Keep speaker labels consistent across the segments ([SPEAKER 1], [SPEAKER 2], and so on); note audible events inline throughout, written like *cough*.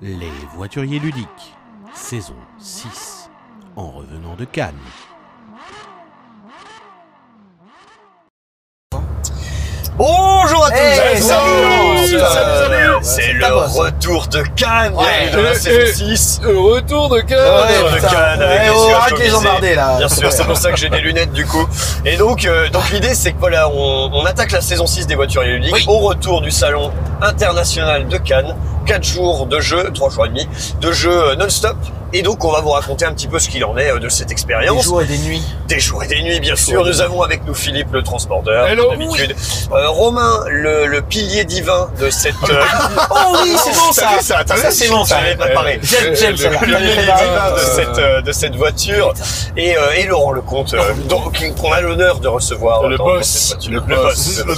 [SPEAKER 1] Les voituriers ludiques, saison 6, en revenant de Cannes.
[SPEAKER 2] Bonjour à tous
[SPEAKER 3] Hey,
[SPEAKER 2] et
[SPEAKER 3] salut,
[SPEAKER 2] toutes.
[SPEAKER 3] salut, salut.
[SPEAKER 2] C'est
[SPEAKER 3] C'est
[SPEAKER 2] le
[SPEAKER 3] ta bosse.
[SPEAKER 2] retour de Cannes
[SPEAKER 3] Ouais.
[SPEAKER 2] de la
[SPEAKER 3] Euh,
[SPEAKER 2] saison
[SPEAKER 3] euh,
[SPEAKER 2] 6
[SPEAKER 3] Le retour de Cannes
[SPEAKER 2] Ouais,
[SPEAKER 3] putain.
[SPEAKER 2] putain. Ouais,
[SPEAKER 3] Eh,
[SPEAKER 2] oh,
[SPEAKER 3] oh,
[SPEAKER 2] arrête
[SPEAKER 3] Arrête
[SPEAKER 2] de
[SPEAKER 3] les
[SPEAKER 2] les
[SPEAKER 3] emmerder là
[SPEAKER 2] Bien sûr, c'est pour ça que j'ai des lunettes du coup. Et donc, euh, donc l'idée c'est que voilà, on, on attaque la saison 6 des voituriers ludiques
[SPEAKER 3] Oui.
[SPEAKER 2] au retour du salon international de Cannes. 4 jours de jeu, 3 jours et demi, de jeu euh, non-stop. Et donc on va vous raconter un petit peu ce qu'il en est euh, de cette
[SPEAKER 3] Des
[SPEAKER 2] expérience.
[SPEAKER 3] jours et des nuits
[SPEAKER 2] Des jours et des nuits, bien sûr. Nous avons avec nous Philippe, le transbordeur,
[SPEAKER 3] Hello.
[SPEAKER 2] comme d'habitude. Euh, Romain, le, le pilier divin de cette... euh, *laughs*
[SPEAKER 3] Oh oui c'est bon ça
[SPEAKER 2] T'as vu ça, t'as vu
[SPEAKER 3] Ça c'est bon ça
[SPEAKER 2] J'avais pas parlé.
[SPEAKER 3] J'aime, j'aime ça
[SPEAKER 2] Le pilier divin de cette, euh, de cette voiture et, euh, et Laurent Lecomte euh, donc, qui- qu'on a l'honneur de recevoir
[SPEAKER 4] Le
[SPEAKER 2] dans- dans cette
[SPEAKER 4] boss.
[SPEAKER 2] voiture. le,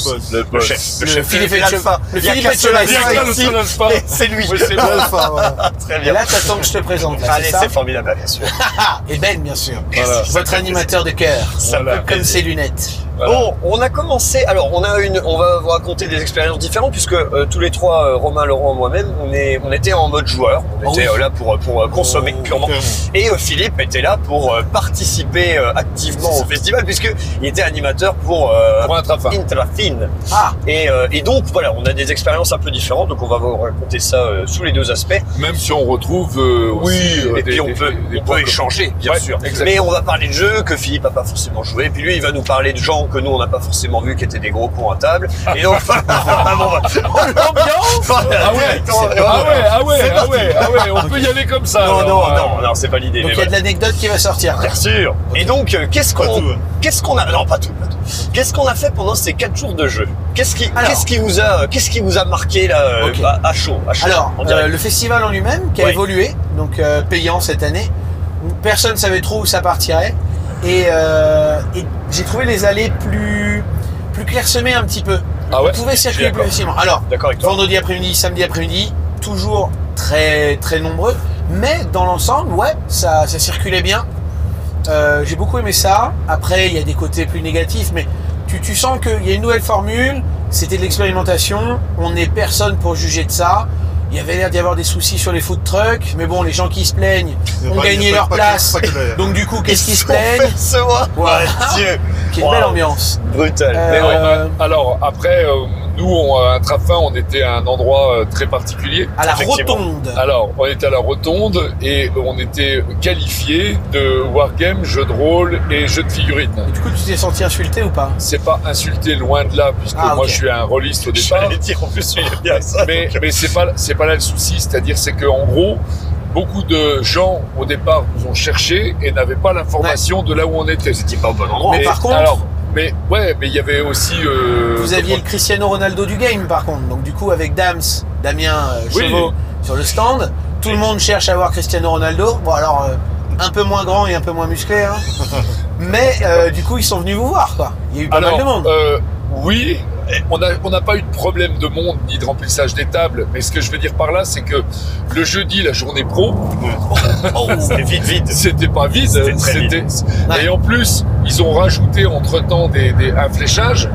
[SPEAKER 2] boss,
[SPEAKER 4] Le boss.
[SPEAKER 2] le chef le
[SPEAKER 3] Le
[SPEAKER 2] chef
[SPEAKER 3] Philippe et l'alpha Le
[SPEAKER 2] Il y a
[SPEAKER 3] Philippe
[SPEAKER 2] qu'un
[SPEAKER 3] et
[SPEAKER 2] seul
[SPEAKER 3] l'alpha
[SPEAKER 2] alpha.
[SPEAKER 3] ici.
[SPEAKER 2] Et *laughs* c'est lui
[SPEAKER 4] c'est moi.
[SPEAKER 3] L'alpha ouais.
[SPEAKER 2] *laughs* très
[SPEAKER 3] Et
[SPEAKER 2] bien
[SPEAKER 3] là t'attends que je te présente là,
[SPEAKER 2] allez
[SPEAKER 3] c'est ça
[SPEAKER 2] c'est formidable bien sûr
[SPEAKER 3] Ah, Et Ben
[SPEAKER 2] *laughs*
[SPEAKER 3] bien sûr
[SPEAKER 4] Voilà.
[SPEAKER 3] Votre animateur de cœur
[SPEAKER 2] Ça
[SPEAKER 4] Voilà.
[SPEAKER 2] fait
[SPEAKER 3] Comme
[SPEAKER 2] plaisir.
[SPEAKER 3] ses lunettes
[SPEAKER 4] Voilà.
[SPEAKER 2] Bon, on a commencé. Alors, on a une, on va vous raconter des expériences différentes puisque euh, tous les trois, euh, Romain, Laurent, moi-même, on est, on était en mode joueur. On
[SPEAKER 3] Oh
[SPEAKER 2] était
[SPEAKER 3] oui. Oh,
[SPEAKER 2] euh, là pour pour euh, consommer purement. Et euh, Philippe était là pour euh, participer euh, activement au festival puisque il était animateur pour euh,
[SPEAKER 4] Pour un trafa.
[SPEAKER 2] Intrafin.
[SPEAKER 3] Ah
[SPEAKER 2] Et, euh, et donc voilà, on a des expériences un peu différentes. Donc, on va vous raconter ça euh, sous les deux aspects.
[SPEAKER 4] Même si on retrouve. euh, aussi, euh,
[SPEAKER 2] et
[SPEAKER 4] des-
[SPEAKER 2] puis on
[SPEAKER 4] des-
[SPEAKER 2] peut,
[SPEAKER 4] des- des
[SPEAKER 2] on
[SPEAKER 4] points
[SPEAKER 2] peut
[SPEAKER 4] communs.
[SPEAKER 2] échanger, bien
[SPEAKER 4] Ouais,
[SPEAKER 2] sûr.
[SPEAKER 4] exact.
[SPEAKER 2] Mais on va parler de jeux que Philippe a pas forcément joué. Et puis lui, il va nous parler de gens que nous, on n'a pas forcément vu, qui étaient des gros cons à table. Et donc, *laughs* voilà, vraiment, l'ambiance *laughs*
[SPEAKER 4] Ah ouais, ah ouais, ah ouais, ah ouais, ah ouais, on peut y aller comme ça.
[SPEAKER 2] Non,
[SPEAKER 4] alors,
[SPEAKER 2] non,
[SPEAKER 4] euh,
[SPEAKER 2] non, non, c'est pas l'idée.
[SPEAKER 3] Donc
[SPEAKER 2] mais
[SPEAKER 3] il y a de
[SPEAKER 2] voilà.
[SPEAKER 3] l'anecdote qui va sortir
[SPEAKER 2] Bien sûr. Et donc, euh, qu'est-ce qu'on,
[SPEAKER 4] hein.
[SPEAKER 2] qu'est-ce qu'on a, non, pas tout, pas tout. Qu'est-ce qu'on a fait pendant ces quatre jours de jeu? Qu'est-ce qui,
[SPEAKER 3] Alors.
[SPEAKER 2] qu'est-ce qui vous a, qu'est-ce qui vous a marqué, là, euh,
[SPEAKER 3] Ok.
[SPEAKER 2] à, à chaud, à chaud?
[SPEAKER 3] Alors,
[SPEAKER 2] on
[SPEAKER 3] euh,
[SPEAKER 2] dirait.
[SPEAKER 3] le festival en lui-même, qui a
[SPEAKER 2] Ouais.
[SPEAKER 3] évolué, donc euh, payant cette année, personne ne savait trop où ça partirait. Et, euh, et j'ai trouvé les allées plus, plus clairsemées un petit peu.
[SPEAKER 4] Ah ouais
[SPEAKER 3] On pouvait circuler plus
[SPEAKER 2] d'accord.
[SPEAKER 3] facilement. Alors,
[SPEAKER 2] D'accord avec toi?
[SPEAKER 3] vendredi après-midi, samedi après-midi, toujours très très nombreux. Mais dans l'ensemble, ouais, ça, ça circulait bien. Euh, J'ai beaucoup aimé ça. Après, il y a des côtés plus négatifs, mais tu, tu sens qu'il y a une nouvelle formule. C'était de l'expérimentation. On n'est personne pour juger de ça. Il y avait l'air d'y avoir des soucis sur les food trucks, mais bon, les gens qui se plaignent ont gagné leur place. Donc du coup, qu'est-ce qui se plaignent
[SPEAKER 2] C'est moi!
[SPEAKER 3] Voilà.
[SPEAKER 2] *laughs* Dieu!
[SPEAKER 3] Qui est une belle
[SPEAKER 2] Wow.
[SPEAKER 3] ambiance.
[SPEAKER 2] Brutal. Mais
[SPEAKER 3] Euh,
[SPEAKER 2] ouais.
[SPEAKER 4] Ouais, Alors après, euh, nous, on, à Trafin, on était à un endroit euh, très particulier.
[SPEAKER 3] À la
[SPEAKER 2] Effectivement.
[SPEAKER 3] rotonde.
[SPEAKER 4] Alors, on était à la rotonde et on était qualifié de wargame, jeu de rôle et jeu de figurines.
[SPEAKER 3] Et du coup, tu t'es senti insulté ou pas
[SPEAKER 4] C'est pas insulté loin de là, puisque
[SPEAKER 3] Ah,
[SPEAKER 4] moi
[SPEAKER 3] ok.
[SPEAKER 4] je suis un rôliste au départ.
[SPEAKER 2] J'allais dire, en plus, il aime bien ça. *laughs*
[SPEAKER 4] mais mais c'est pas c'est pas là le souci, c'est-à-dire c'est que en gros beaucoup de gens au départ nous ont cherché et n'avaient pas l'information de là où on était.
[SPEAKER 2] C'était pas au bon endroit.
[SPEAKER 3] Mais par contre-
[SPEAKER 4] alors mais ouais mais il y avait aussi euh,
[SPEAKER 3] Vous aviez le Cristiano Ronaldo du game par contre. Donc du coup avec Dams, Damien euh,
[SPEAKER 4] Oui.
[SPEAKER 3] Chevaux sur le stand, tout le monde cherche à voir Cristiano Ronaldo. Bon alors euh, un peu moins grand et un peu moins musclé.
[SPEAKER 4] *laughs*
[SPEAKER 3] hein. Mais euh, du coup ils sont venus vous voir quoi. Il y a eu pas
[SPEAKER 4] alors,
[SPEAKER 3] mal de monde.
[SPEAKER 4] euh, oui, on a- on n'a pas eu de problème de monde ni de remplissage des tables, mais ce que je veux dire par là, c'est que le jeudi, la journée pro,
[SPEAKER 3] euh,
[SPEAKER 2] Oh, c'était vite, vite.
[SPEAKER 4] C'était pas vide.
[SPEAKER 2] C'était très
[SPEAKER 4] c'était-
[SPEAKER 3] Ouais.
[SPEAKER 4] Et en plus, ils ont rajouté entre temps des, des, un fléchage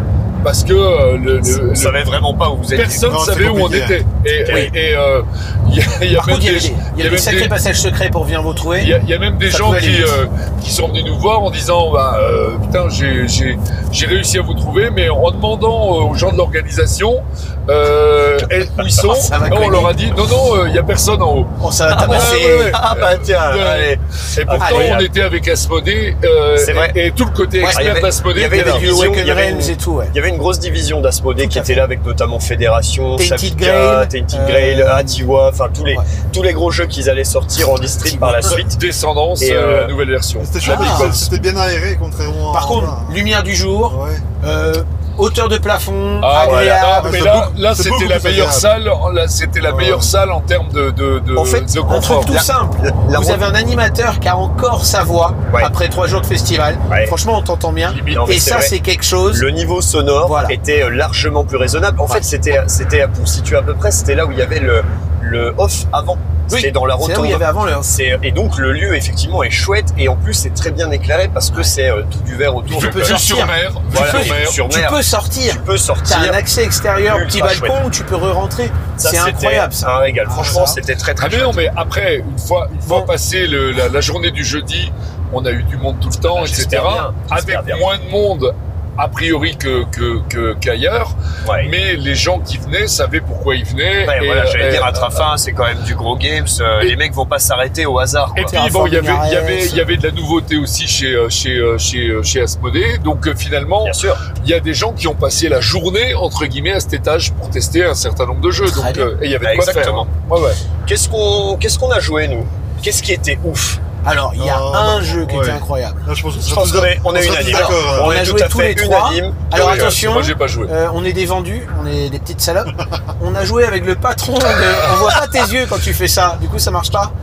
[SPEAKER 4] parce que euh, le, le-
[SPEAKER 2] On
[SPEAKER 4] le-
[SPEAKER 2] savait vraiment pas où vous étiez.
[SPEAKER 4] personne
[SPEAKER 5] Non, c'est
[SPEAKER 4] savait où on
[SPEAKER 5] compliqué,
[SPEAKER 4] était. Et
[SPEAKER 2] Oui.
[SPEAKER 4] et- et, euh, il y a- il y a
[SPEAKER 3] par
[SPEAKER 4] même
[SPEAKER 3] contre il y avait
[SPEAKER 4] des-
[SPEAKER 3] des, il y
[SPEAKER 4] il y
[SPEAKER 3] avait
[SPEAKER 4] a
[SPEAKER 3] des
[SPEAKER 4] même
[SPEAKER 3] sacrés
[SPEAKER 4] des-
[SPEAKER 3] passages secrets pour venir vous trouver.
[SPEAKER 4] il y, a, il y a même des
[SPEAKER 3] Ça
[SPEAKER 4] gens
[SPEAKER 3] pouvait aller
[SPEAKER 4] qui,
[SPEAKER 3] vite.
[SPEAKER 4] euh, qui sont venus nous voir en disant bah, euh, Putain, j'ai- j'ai j'ai réussi à vous trouver, mais en demandant euh, aux gens de l'organisation euh, et- où ils sont,
[SPEAKER 3] Ça va
[SPEAKER 4] on
[SPEAKER 3] cogner.
[SPEAKER 4] leur a dit Non, non, euh, il y a personne en haut.
[SPEAKER 3] On ça va
[SPEAKER 4] ouais,
[SPEAKER 3] tabasser.
[SPEAKER 4] ouais, Euh, ouais.
[SPEAKER 2] Ah bah tiens,
[SPEAKER 4] Ouais.
[SPEAKER 3] Euh,
[SPEAKER 2] allez.
[SPEAKER 4] Et pourtant,
[SPEAKER 3] Allez,
[SPEAKER 4] on
[SPEAKER 2] hop.
[SPEAKER 4] était avec Asmodée euh,
[SPEAKER 2] C'est vrai.
[SPEAKER 4] Et, et tout le côté
[SPEAKER 2] Ouais, il y
[SPEAKER 4] expert
[SPEAKER 2] avait- il
[SPEAKER 4] d'Asmodée
[SPEAKER 2] y avait
[SPEAKER 4] était
[SPEAKER 2] des
[SPEAKER 4] là.
[SPEAKER 3] Avec
[SPEAKER 2] vision,
[SPEAKER 3] Wacken
[SPEAKER 2] il y avait
[SPEAKER 3] Realms
[SPEAKER 2] une-
[SPEAKER 3] et tout ouais.
[SPEAKER 2] Il y avait une grosse division d'Asmodée qui
[SPEAKER 3] à
[SPEAKER 2] était là avec notamment Fédération,
[SPEAKER 3] Tainted
[SPEAKER 2] Sapika,
[SPEAKER 3] Grail,
[SPEAKER 2] Tainted
[SPEAKER 3] euh,
[SPEAKER 2] Grail, Atiwa, enfin tous les
[SPEAKER 3] Ouais.
[SPEAKER 2] tous les gros jeux qu'ils allaient sortir en district par la suite.
[SPEAKER 4] Descendance,
[SPEAKER 2] Et,
[SPEAKER 4] et
[SPEAKER 2] euh,
[SPEAKER 4] la nouvelle version.
[SPEAKER 5] C'était
[SPEAKER 3] Ah.
[SPEAKER 5] chouette, c'était bien aéré, contrairement à.
[SPEAKER 3] Par contre
[SPEAKER 2] Ah.
[SPEAKER 5] Ouais.
[SPEAKER 3] lumière du jour,
[SPEAKER 5] Ouais.
[SPEAKER 3] euh, hauteur de plafond,
[SPEAKER 4] Ah,
[SPEAKER 3] agréable.
[SPEAKER 4] voilà. mais
[SPEAKER 5] euh, C'est
[SPEAKER 4] là,
[SPEAKER 5] beaucoup-
[SPEAKER 4] là
[SPEAKER 5] c'est
[SPEAKER 4] c'était
[SPEAKER 5] beaucoup
[SPEAKER 4] la
[SPEAKER 5] plus
[SPEAKER 4] meilleure salle. Là, c'était la
[SPEAKER 5] Ouais.
[SPEAKER 4] meilleure salle en termes de, de, de,
[SPEAKER 2] En fait,
[SPEAKER 4] de
[SPEAKER 3] Un
[SPEAKER 4] confort.
[SPEAKER 3] truc tout
[SPEAKER 2] La-
[SPEAKER 3] simple.
[SPEAKER 2] la-
[SPEAKER 3] Vous avez un animateur qui a encore sa voix
[SPEAKER 2] Ouais.
[SPEAKER 3] après trois jours de festival.
[SPEAKER 2] Ouais.
[SPEAKER 3] Franchement, on t'entend bien.
[SPEAKER 4] Limite.
[SPEAKER 2] Non, mais
[SPEAKER 3] Et ça,
[SPEAKER 2] vrai.
[SPEAKER 3] c'est quelque chose.
[SPEAKER 2] Le niveau sonore
[SPEAKER 3] Voilà.
[SPEAKER 2] était largement plus raisonnable. En
[SPEAKER 3] Ouais.
[SPEAKER 2] fait, c'était, c'était pour situer à peu près, c'était là où il y avait le, le off avant.
[SPEAKER 3] Oui,
[SPEAKER 2] C'est dans la
[SPEAKER 3] C'est là où il y
[SPEAKER 2] rotonde.
[SPEAKER 3] avait avant le.
[SPEAKER 2] C'est- Et donc le lieu effectivement est chouette et en plus c'est très bien éclairé parce que c'est euh, tout du verre autour.
[SPEAKER 3] Tu
[SPEAKER 2] Donc,
[SPEAKER 3] peux
[SPEAKER 2] euh,
[SPEAKER 4] Vue
[SPEAKER 3] sortir.
[SPEAKER 4] sur mer, vue
[SPEAKER 2] voilà,
[SPEAKER 4] sur mer.
[SPEAKER 2] sur
[SPEAKER 3] Tu
[SPEAKER 2] mer,
[SPEAKER 3] peux sortir.
[SPEAKER 2] tu peux
[SPEAKER 3] T'as un
[SPEAKER 2] sortir.
[SPEAKER 3] accès extérieur,
[SPEAKER 2] Ultra
[SPEAKER 3] petit balcon
[SPEAKER 2] chouette.
[SPEAKER 3] où tu peux re-rentrer.
[SPEAKER 2] Ça,
[SPEAKER 3] C'est
[SPEAKER 2] c'était
[SPEAKER 3] incroyable ça.
[SPEAKER 2] Un régal.
[SPEAKER 3] Ah,
[SPEAKER 2] Franchement,
[SPEAKER 3] ça.
[SPEAKER 2] c'était très
[SPEAKER 4] Très
[SPEAKER 2] très
[SPEAKER 4] bien, mais après, une fois, une fois
[SPEAKER 3] Bon.
[SPEAKER 4] passé le- la, la journée du jeudi, on a eu du monde tout le temps,
[SPEAKER 2] Ah,
[SPEAKER 4] etc.
[SPEAKER 2] j'espère bien, j'espère
[SPEAKER 4] avec
[SPEAKER 2] bien.
[SPEAKER 4] moins de monde, a priori, que, que, que- qu'ailleurs.
[SPEAKER 2] Ouais.
[SPEAKER 4] Mais les gens qui venaient savaient pourquoi ils venaient.
[SPEAKER 2] Ouais,
[SPEAKER 4] et,
[SPEAKER 2] voilà, j'allais
[SPEAKER 4] euh,
[SPEAKER 2] dire à Trafin, c'est quand même du gros games. euh,
[SPEAKER 4] et-
[SPEAKER 2] les mecs vont pas s'arrêter au hasard.
[SPEAKER 4] Et
[SPEAKER 2] quoi.
[SPEAKER 4] puis
[SPEAKER 3] Terraform
[SPEAKER 4] bon, il y avait, il y avait,
[SPEAKER 3] Minaret,
[SPEAKER 4] il y avait de la nouveauté aussi chez euh, chez euh, chez euh, chez Asmodée. Donc euh, finalement,
[SPEAKER 2] Bien sûr.
[SPEAKER 4] il y a des gens qui ont passé la journée entre guillemets à cet étage pour tester un certain nombre de jeux.
[SPEAKER 3] Très
[SPEAKER 4] Donc
[SPEAKER 3] bien.
[SPEAKER 4] euh, et il y avait
[SPEAKER 2] Ouais,
[SPEAKER 4] de quoi
[SPEAKER 2] Ah, exactement.
[SPEAKER 4] faire. hein. Ouais, ouais.
[SPEAKER 2] Qu'est-ce qu'on qu'est-ce qu'on a joué nous Qu'est-ce qui était ouf
[SPEAKER 3] Alors, il y a
[SPEAKER 2] Oh,
[SPEAKER 5] Ah,
[SPEAKER 3] un
[SPEAKER 5] bah,
[SPEAKER 3] jeu qui
[SPEAKER 5] ouais.
[SPEAKER 3] était incroyable.
[SPEAKER 5] Là, je pense qu'on
[SPEAKER 2] Je
[SPEAKER 5] sera
[SPEAKER 2] pense
[SPEAKER 5] tous
[SPEAKER 2] qu'on est- on est
[SPEAKER 5] sera tous
[SPEAKER 2] unanime.
[SPEAKER 5] D'accord. euh,
[SPEAKER 2] on,
[SPEAKER 3] hein. on
[SPEAKER 2] est
[SPEAKER 3] a
[SPEAKER 2] tout
[SPEAKER 3] joué
[SPEAKER 2] à
[SPEAKER 3] tous
[SPEAKER 2] fait
[SPEAKER 3] les trois.
[SPEAKER 2] unanime.
[SPEAKER 3] Alors
[SPEAKER 4] Oui, euh,
[SPEAKER 3] attention,
[SPEAKER 4] Moi, j'ai pas joué.
[SPEAKER 3] euh, on est des vendus, on est des petites salopes. *laughs* on a joué avec le patron. de- On voit pas tes yeux quand tu fais ça. Du coup, ça marche pas.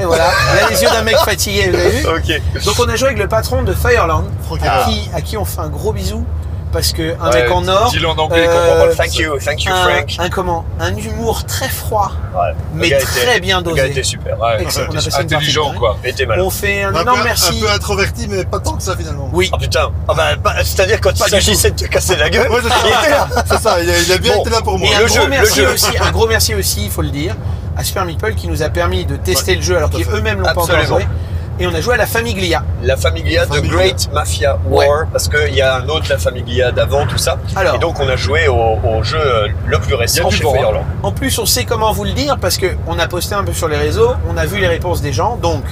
[SPEAKER 3] Et voilà, là les yeux d'un mec fatigué, vous avez vu
[SPEAKER 2] Ok.
[SPEAKER 3] Donc on a joué avec le patron de Fireland,
[SPEAKER 5] Franck Ah.
[SPEAKER 3] à,
[SPEAKER 5] Herbert.
[SPEAKER 3] qui, à qui on fait un gros bisou, parce que un
[SPEAKER 4] Ouais,
[SPEAKER 3] mec en or,
[SPEAKER 4] Dis-le en
[SPEAKER 3] euh,
[SPEAKER 4] anglais. qu'on comprend pas le
[SPEAKER 2] Thank
[SPEAKER 4] français.
[SPEAKER 2] you, thank you
[SPEAKER 3] un,
[SPEAKER 2] Frank.
[SPEAKER 3] un comment, un humour très froid,
[SPEAKER 2] Ouais. Le
[SPEAKER 3] mais
[SPEAKER 2] gars
[SPEAKER 3] très
[SPEAKER 2] était-
[SPEAKER 3] bien
[SPEAKER 2] Le gars
[SPEAKER 3] dosé.
[SPEAKER 2] était super.
[SPEAKER 4] Ouais.
[SPEAKER 3] Excellent. On a passé une
[SPEAKER 4] Intelligent
[SPEAKER 3] partie de
[SPEAKER 4] quoi.
[SPEAKER 2] Il était malin.
[SPEAKER 3] On fait un
[SPEAKER 5] Un peu,
[SPEAKER 3] énorme
[SPEAKER 5] un
[SPEAKER 3] merci.
[SPEAKER 5] peu introverti, mais pas tant que ça finalement.
[SPEAKER 3] Oui,
[SPEAKER 2] Ah putain. Ah bah, pas- c'est-à-dire quand il
[SPEAKER 3] du
[SPEAKER 2] s'agissait de te casser la gueule,
[SPEAKER 5] Ouais, c'est
[SPEAKER 2] il était là.
[SPEAKER 5] ça. *laughs* C'est ça, il a, il a bien
[SPEAKER 2] Bon.
[SPEAKER 5] été là pour moi.
[SPEAKER 3] Et
[SPEAKER 2] Le
[SPEAKER 3] un
[SPEAKER 2] jeu,
[SPEAKER 3] gros,
[SPEAKER 2] le
[SPEAKER 3] merci
[SPEAKER 2] jeu.
[SPEAKER 3] aussi, un gros merci aussi, il faut le dire, à Super Meeple qui nous a permis de tester le jeu alors
[SPEAKER 5] tout à
[SPEAKER 3] qu'ils
[SPEAKER 5] fait.
[SPEAKER 3] eux-mêmes l'ont pas encore
[SPEAKER 2] Absolument.
[SPEAKER 3] joué. Et on a joué à la Famiglia.
[SPEAKER 2] La Familia de
[SPEAKER 5] Familia.
[SPEAKER 2] Great Mafia War, parce qu'il y a un autre La Familia d'avant, tout ça.
[SPEAKER 3] Alors,
[SPEAKER 2] Et donc on a joué au, au jeu euh, le plus
[SPEAKER 4] Il y
[SPEAKER 2] récent
[SPEAKER 4] a du
[SPEAKER 2] chez
[SPEAKER 4] vent, hein.
[SPEAKER 2] Fireland.
[SPEAKER 3] en plus, on sait comment vous le dire parce que on a posté un peu sur les réseaux, on a vu les réponses des gens. Donc,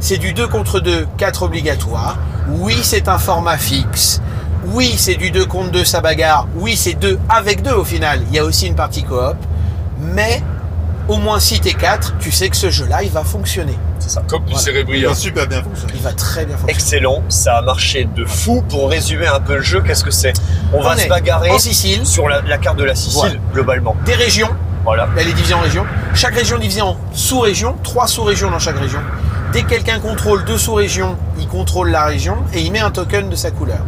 [SPEAKER 3] c'est du 2 contre 2, 4 obligatoire. Oui, c'est un format fixe. Oui, c'est du 2 contre 2, ça bagarre. Oui, c'est 2 avec 2 au final. Il y a aussi une partie coop. Mais, au moins si t'es 4, tu sais que ce jeu-là, il va fonctionner.
[SPEAKER 2] C'est ça.
[SPEAKER 4] Comme
[SPEAKER 3] Voilà.
[SPEAKER 4] du
[SPEAKER 5] Il a
[SPEAKER 4] cérébrium.
[SPEAKER 5] super bien fonctionné.
[SPEAKER 3] Il va très bien fonctionner.
[SPEAKER 2] Excellent, ça a marché de fou. Pour résumer un peu le jeu, qu'est-ce que c'est On va
[SPEAKER 3] On
[SPEAKER 2] se
[SPEAKER 3] est
[SPEAKER 2] bagarrer
[SPEAKER 3] En Sicile,
[SPEAKER 2] sur la, la carte de la Sicile,
[SPEAKER 3] Voilà.
[SPEAKER 2] globalement.
[SPEAKER 3] des régions.
[SPEAKER 2] Voilà.
[SPEAKER 3] Là, Elle est divisée en régions. Chaque région est divisée en sous-régions, trois sous-régions dans chaque région. Dès que quelqu'un contrôle deux sous-régions, il contrôle la région et il met un token de sa couleur.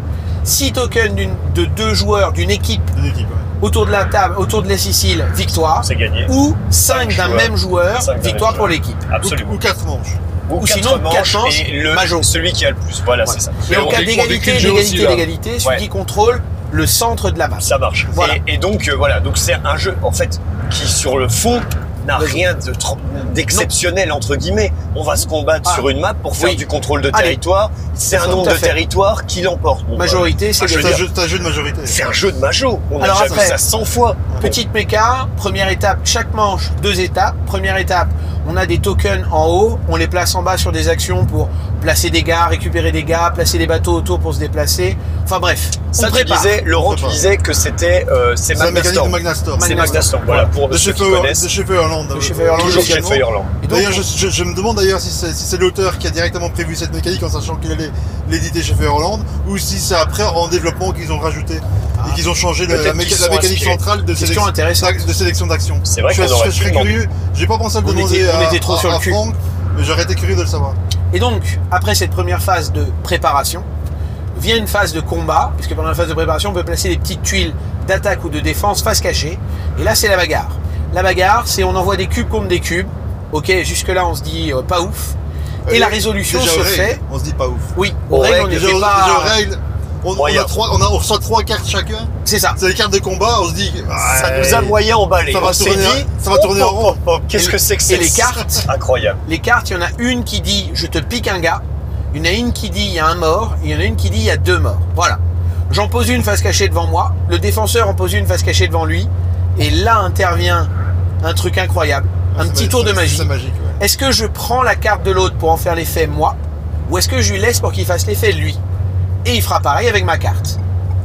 [SPEAKER 3] Six tokens d'une- de deux joueurs d'une équipe
[SPEAKER 5] Une équipe, ouais.
[SPEAKER 3] autour de la table, autour de la Sicile, victoire.
[SPEAKER 2] C'est gagné.
[SPEAKER 3] Ou cinq
[SPEAKER 2] Cinq
[SPEAKER 3] d'un
[SPEAKER 2] joueurs.
[SPEAKER 3] même joueur,
[SPEAKER 2] Cinq d'un
[SPEAKER 3] victoire
[SPEAKER 2] même
[SPEAKER 3] pour l'équipe.
[SPEAKER 2] Absolument.
[SPEAKER 5] Ou quatre manches.
[SPEAKER 3] ou sinon, quatre manches,
[SPEAKER 2] et le,
[SPEAKER 3] Majo.
[SPEAKER 2] celui qui a le plus. Voilà, c'est ça.
[SPEAKER 3] Et
[SPEAKER 4] Mais
[SPEAKER 3] en
[SPEAKER 4] on
[SPEAKER 3] cas
[SPEAKER 4] décrit- on décrit
[SPEAKER 3] d'égalité,
[SPEAKER 4] le jeu aussi,
[SPEAKER 3] d'égalité,
[SPEAKER 4] là.
[SPEAKER 3] d'égalité, celui
[SPEAKER 2] Ouais.
[SPEAKER 3] qui contrôle le centre de la masse.
[SPEAKER 2] Ça marche.
[SPEAKER 3] Voilà.
[SPEAKER 2] Et, et donc euh, voilà, donc c'est un jeu en fait qui sur le fond n'a
[SPEAKER 3] Vas-y.
[SPEAKER 2] rien de tr- d'exceptionnel entre guillemets. On va se combattre
[SPEAKER 3] Ah.
[SPEAKER 2] sur une map pour faire
[SPEAKER 3] Oui.
[SPEAKER 2] du contrôle de
[SPEAKER 3] Allez.
[SPEAKER 2] territoire. C'est un
[SPEAKER 3] Tout
[SPEAKER 2] nombre
[SPEAKER 3] à
[SPEAKER 2] de
[SPEAKER 3] fait.
[SPEAKER 2] territoires qui l'emporte. Bon,
[SPEAKER 3] Majorité, c'est
[SPEAKER 2] Ah, je veux
[SPEAKER 5] C'est un
[SPEAKER 2] dire-
[SPEAKER 5] jeu- c'est un jeu de majorité.
[SPEAKER 2] bah, C'est un jeu de majo. On
[SPEAKER 3] Alors
[SPEAKER 2] a déjà
[SPEAKER 3] après-
[SPEAKER 2] vu ça 100 fois.
[SPEAKER 3] Petite méca, première étape, chaque manche, deux étapes. Première étape, on a des tokens en haut, on les place en bas sur des actions pour placer des gars, récupérer des gars, placer des bateaux autour pour se déplacer. Enfin bref,
[SPEAKER 2] Ça,
[SPEAKER 3] on
[SPEAKER 2] tu
[SPEAKER 3] prépare.
[SPEAKER 2] disais, Laurent, tu
[SPEAKER 5] prépare.
[SPEAKER 2] disais que c'était euh, c'est
[SPEAKER 5] C'est la
[SPEAKER 2] Magnastorm.
[SPEAKER 5] mécanique de Magnastorm.
[SPEAKER 2] C'est
[SPEAKER 3] Magnastorm.
[SPEAKER 2] Magnastorm. Voilà, pour
[SPEAKER 5] De
[SPEAKER 2] ceux
[SPEAKER 5] chez
[SPEAKER 2] qui
[SPEAKER 5] Feu-
[SPEAKER 2] connaissent.
[SPEAKER 5] de chez Feu Hollande. euh,
[SPEAKER 3] De chez Feu Hollande.
[SPEAKER 2] Toujours chez
[SPEAKER 3] également.
[SPEAKER 2] Feuerland.
[SPEAKER 3] Et donc,
[SPEAKER 5] D'ailleurs, je, je- je me demande d'ailleurs si c'est si c'est l'auteur qui a directement prévu cette mécanique en sachant qu'il allait l'éditer chez Feuerland ou si c'est après en développement qu'ils ont rajouté
[SPEAKER 3] Ah.
[SPEAKER 5] et qu'ils ont changé le-
[SPEAKER 2] Peut-être
[SPEAKER 5] la, méca-
[SPEAKER 2] qu'ils
[SPEAKER 5] la
[SPEAKER 2] sont
[SPEAKER 5] mécanique
[SPEAKER 2] inspirés.
[SPEAKER 5] centrale de
[SPEAKER 3] question
[SPEAKER 5] sélection
[SPEAKER 3] intéressante.
[SPEAKER 5] d'ac- de sélection d'action.
[SPEAKER 2] C'est vrai
[SPEAKER 5] je,
[SPEAKER 2] qu'on
[SPEAKER 5] serais-
[SPEAKER 2] aurait
[SPEAKER 5] je serais
[SPEAKER 2] pu demander.
[SPEAKER 5] curieux, j'ai pas pensé à le
[SPEAKER 3] On
[SPEAKER 5] demander
[SPEAKER 3] était- on
[SPEAKER 5] à,
[SPEAKER 3] était trop
[SPEAKER 5] à-
[SPEAKER 3] sur le
[SPEAKER 5] à
[SPEAKER 3] cul.
[SPEAKER 5] Franck, mais j'aurais été curieux de le savoir.
[SPEAKER 3] Et donc, après cette première phase de préparation, vient une phase de combat, puisque pendant la phase de préparation, on peut placer des petites tuiles d'attaque ou de défense face cachée. Et là, c'est la bagarre. La bagarre, c'est on envoie des cubes contre des cubes. Ok, jusque-là, on se dit euh, pas ouf. Et la résolution
[SPEAKER 5] Déjà
[SPEAKER 3] se
[SPEAKER 5] aux règles,
[SPEAKER 3] fait.
[SPEAKER 5] On se dit pas ouf.
[SPEAKER 3] Oui,
[SPEAKER 2] Aux
[SPEAKER 3] aux règles,
[SPEAKER 2] règles,
[SPEAKER 3] on
[SPEAKER 5] Déjà
[SPEAKER 3] n'était
[SPEAKER 5] aux,
[SPEAKER 3] pas.
[SPEAKER 5] déjà aux règles, on, on
[SPEAKER 2] Moyen.
[SPEAKER 5] a trois, on a- on reçoit trois cartes chacun.
[SPEAKER 3] C'est ça.
[SPEAKER 5] C'est les cartes de combat. On se dit
[SPEAKER 2] Ça
[SPEAKER 5] ouais,
[SPEAKER 2] nous a moyen emballé.
[SPEAKER 5] ça
[SPEAKER 2] On
[SPEAKER 5] va
[SPEAKER 2] s'est
[SPEAKER 5] tourner,
[SPEAKER 2] dit,
[SPEAKER 5] ça va tourner en
[SPEAKER 2] oh,
[SPEAKER 5] rond.
[SPEAKER 2] oh, oh, Qu'est-ce
[SPEAKER 3] Et-
[SPEAKER 2] que c'est que
[SPEAKER 3] Et
[SPEAKER 2] c'est
[SPEAKER 3] les cartes,
[SPEAKER 2] *laughs* Incroyable.
[SPEAKER 3] les cartes, il y en a une qui dit je te pique un gars, il y en a une qui dit il y a un mort, et il y en a une qui dit il y a deux morts. Voilà. J'en pose une face cachée devant moi, le défenseur en pose une face cachée devant lui, et là intervient un truc incroyable, un
[SPEAKER 5] c'est
[SPEAKER 3] petit
[SPEAKER 5] Ah, ma-
[SPEAKER 3] tour de
[SPEAKER 5] c'est-
[SPEAKER 3] magie.
[SPEAKER 5] C'est magique. ouais.
[SPEAKER 3] Est-ce que je prends la carte de l'autre pour en faire l'effet moi Ou est-ce que je lui laisse pour qu'il fasse l'effet lui Et il fera pareil avec ma carte.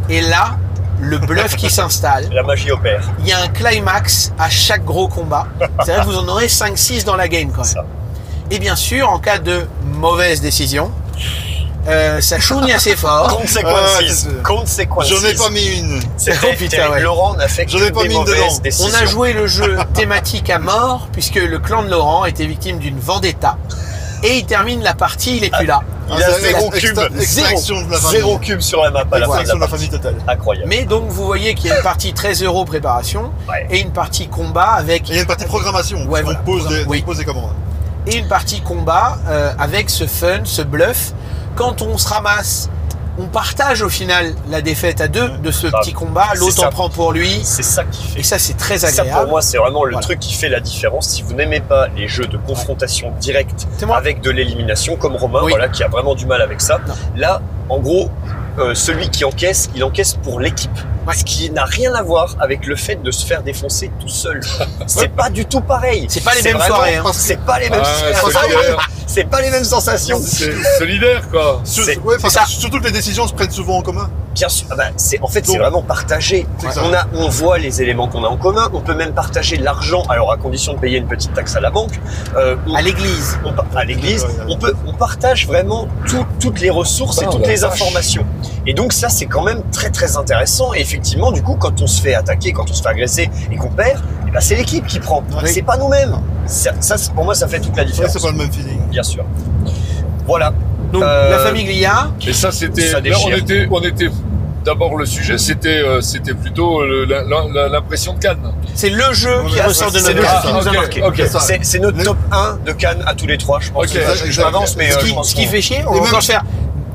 [SPEAKER 3] Et là, le bluff
[SPEAKER 5] *laughs*
[SPEAKER 3] qui s'installe.
[SPEAKER 2] La magie opère.
[SPEAKER 3] Il y a un climax à chaque gros combat. C'est-à-dire que vous en aurez 5-6 dans la game quand même.
[SPEAKER 2] Ça.
[SPEAKER 3] Et bien sûr, en cas de mauvaise décision, euh, ça chougne
[SPEAKER 2] *laughs*
[SPEAKER 3] assez fort.
[SPEAKER 2] Consequences.
[SPEAKER 5] Ah, c'est-
[SPEAKER 2] Consequences.
[SPEAKER 5] J'en ai pas mis une.
[SPEAKER 2] C'était
[SPEAKER 3] Oh, putain,
[SPEAKER 2] terrible.
[SPEAKER 3] ouais.
[SPEAKER 2] Laurent n'a fait que
[SPEAKER 5] J'en ai pas
[SPEAKER 2] des
[SPEAKER 5] mis une
[SPEAKER 2] mauvaises
[SPEAKER 5] dedans.
[SPEAKER 2] décisions.
[SPEAKER 3] On a joué le jeu thématique à mort puisque le clan de Laurent était victime d'une vendetta. et il termine la partie, il est plus là.
[SPEAKER 2] Il a
[SPEAKER 5] Ah, c'est
[SPEAKER 2] zéro
[SPEAKER 5] vrai,
[SPEAKER 2] cube.
[SPEAKER 5] extra- Extraction de la famille.
[SPEAKER 2] Zéro cube sur la map à la fin de
[SPEAKER 5] Extraction
[SPEAKER 2] la
[SPEAKER 5] de la
[SPEAKER 2] partie.
[SPEAKER 5] famille totale.
[SPEAKER 2] Incroyable.
[SPEAKER 3] Mais donc vous voyez qu'il y a une partie très euro préparation
[SPEAKER 2] Ouais.
[SPEAKER 3] et une partie combat avec
[SPEAKER 5] Et il y a une partie programmation.
[SPEAKER 3] Ouais,
[SPEAKER 5] on,
[SPEAKER 3] voilà,
[SPEAKER 5] pose des,
[SPEAKER 3] programme- oui.
[SPEAKER 5] on pose des commandes.
[SPEAKER 3] et une partie combat euh, avec ce fun, ce bluff. Quand on se ramasse, on partage au final la défaite à deux de ce
[SPEAKER 2] grave.
[SPEAKER 3] petit combat.
[SPEAKER 2] C'est
[SPEAKER 3] L'autre
[SPEAKER 2] ça.
[SPEAKER 3] en prend pour lui
[SPEAKER 2] C'est ça qui fait
[SPEAKER 3] et ça c'est très
[SPEAKER 2] Ça pour
[SPEAKER 3] agréable.
[SPEAKER 2] moi c'est vraiment le
[SPEAKER 3] Voilà.
[SPEAKER 2] truc qui fait la différence. Si vous n'aimez pas les jeux de confrontation directe
[SPEAKER 3] C'est moi.
[SPEAKER 2] avec de l'élimination comme Romain,
[SPEAKER 3] Oui.
[SPEAKER 2] voilà qui a vraiment du mal avec ça.
[SPEAKER 3] Non.
[SPEAKER 2] Là, en gros, euh, celui qui encaisse, il encaisse pour l'équipe,
[SPEAKER 3] Ouais.
[SPEAKER 2] ce qui n'a rien à voir avec le fait de se faire défoncer tout *laughs* seul. c'est pas du tout pareil.
[SPEAKER 3] C'est pas les mêmes
[SPEAKER 2] vraiment-
[SPEAKER 3] soirées, hein.
[SPEAKER 2] C'est pas les mêmes.
[SPEAKER 4] Ah,
[SPEAKER 2] c'est-
[SPEAKER 4] solidaire.
[SPEAKER 2] c'est pas les mêmes sensations.
[SPEAKER 4] C'est solidaire, quoi.
[SPEAKER 5] Sur-
[SPEAKER 2] C'est-
[SPEAKER 5] ouais, parce
[SPEAKER 3] c'est ça.
[SPEAKER 5] que surtout que les décisions se prennent souvent en commun.
[SPEAKER 2] Bien sûr, Ah bah, c'est en fait c'est
[SPEAKER 5] Donc,
[SPEAKER 2] vraiment partagé.
[SPEAKER 5] c'est ça.
[SPEAKER 2] On a, on voit les éléments qu'on a en commun. On peut même partager l'argent, alors à condition de payer une petite taxe à la banque. Euh, on-
[SPEAKER 3] À l'église.
[SPEAKER 2] on par- à l'église,
[SPEAKER 5] Ouais, ouais, Ah, ouais.
[SPEAKER 2] on peut, on partage vraiment tout- toutes les ressources et
[SPEAKER 4] Oh,
[SPEAKER 2] toutes
[SPEAKER 4] la
[SPEAKER 2] les
[SPEAKER 4] vache.
[SPEAKER 2] informations. Et donc ça, c'est quand même très très intéressant. Et effectivement, du coup, quand on se fait attaquer, quand on se fait agresser et qu'on perd, eh ben, c'est l'équipe qui prend.
[SPEAKER 5] Oui.
[SPEAKER 2] C'est pas nous-mêmes. Ça, ça, c'est- pour moi, ça fait toute la
[SPEAKER 5] Ouais,
[SPEAKER 2] différence.
[SPEAKER 5] c'est pas le même feeling.
[SPEAKER 2] Bien sûr. Voilà.
[SPEAKER 3] Donc
[SPEAKER 2] Euh,
[SPEAKER 3] la famille Glia,
[SPEAKER 4] Et ça, c'était.
[SPEAKER 2] Ça
[SPEAKER 4] Là,
[SPEAKER 2] déchire.
[SPEAKER 4] on était, on était. D'abord, le sujet, c'était, euh, c'était plutôt euh, la- la- la- l'impression de Cannes.
[SPEAKER 3] c'est le jeu
[SPEAKER 5] Ouais,
[SPEAKER 3] qui
[SPEAKER 5] ouais,
[SPEAKER 3] ressort de
[SPEAKER 5] c'est
[SPEAKER 3] notre
[SPEAKER 2] le jeu
[SPEAKER 3] carte.
[SPEAKER 2] qui
[SPEAKER 4] nous a marqué. Ok.
[SPEAKER 5] C'est ça.
[SPEAKER 2] C'est c'est notre
[SPEAKER 5] Le-
[SPEAKER 2] top 1 de Cannes à tous les trois, je pense.
[SPEAKER 4] Ok,
[SPEAKER 2] je je
[SPEAKER 5] exact.
[SPEAKER 2] m'avance, mais
[SPEAKER 5] Ce
[SPEAKER 2] euh,
[SPEAKER 3] ce,
[SPEAKER 2] je
[SPEAKER 3] qui,
[SPEAKER 2] pense
[SPEAKER 3] ce qui
[SPEAKER 2] qu'on-
[SPEAKER 3] fait chier, on
[SPEAKER 5] Et
[SPEAKER 3] va
[SPEAKER 5] même-
[SPEAKER 3] encore se faire.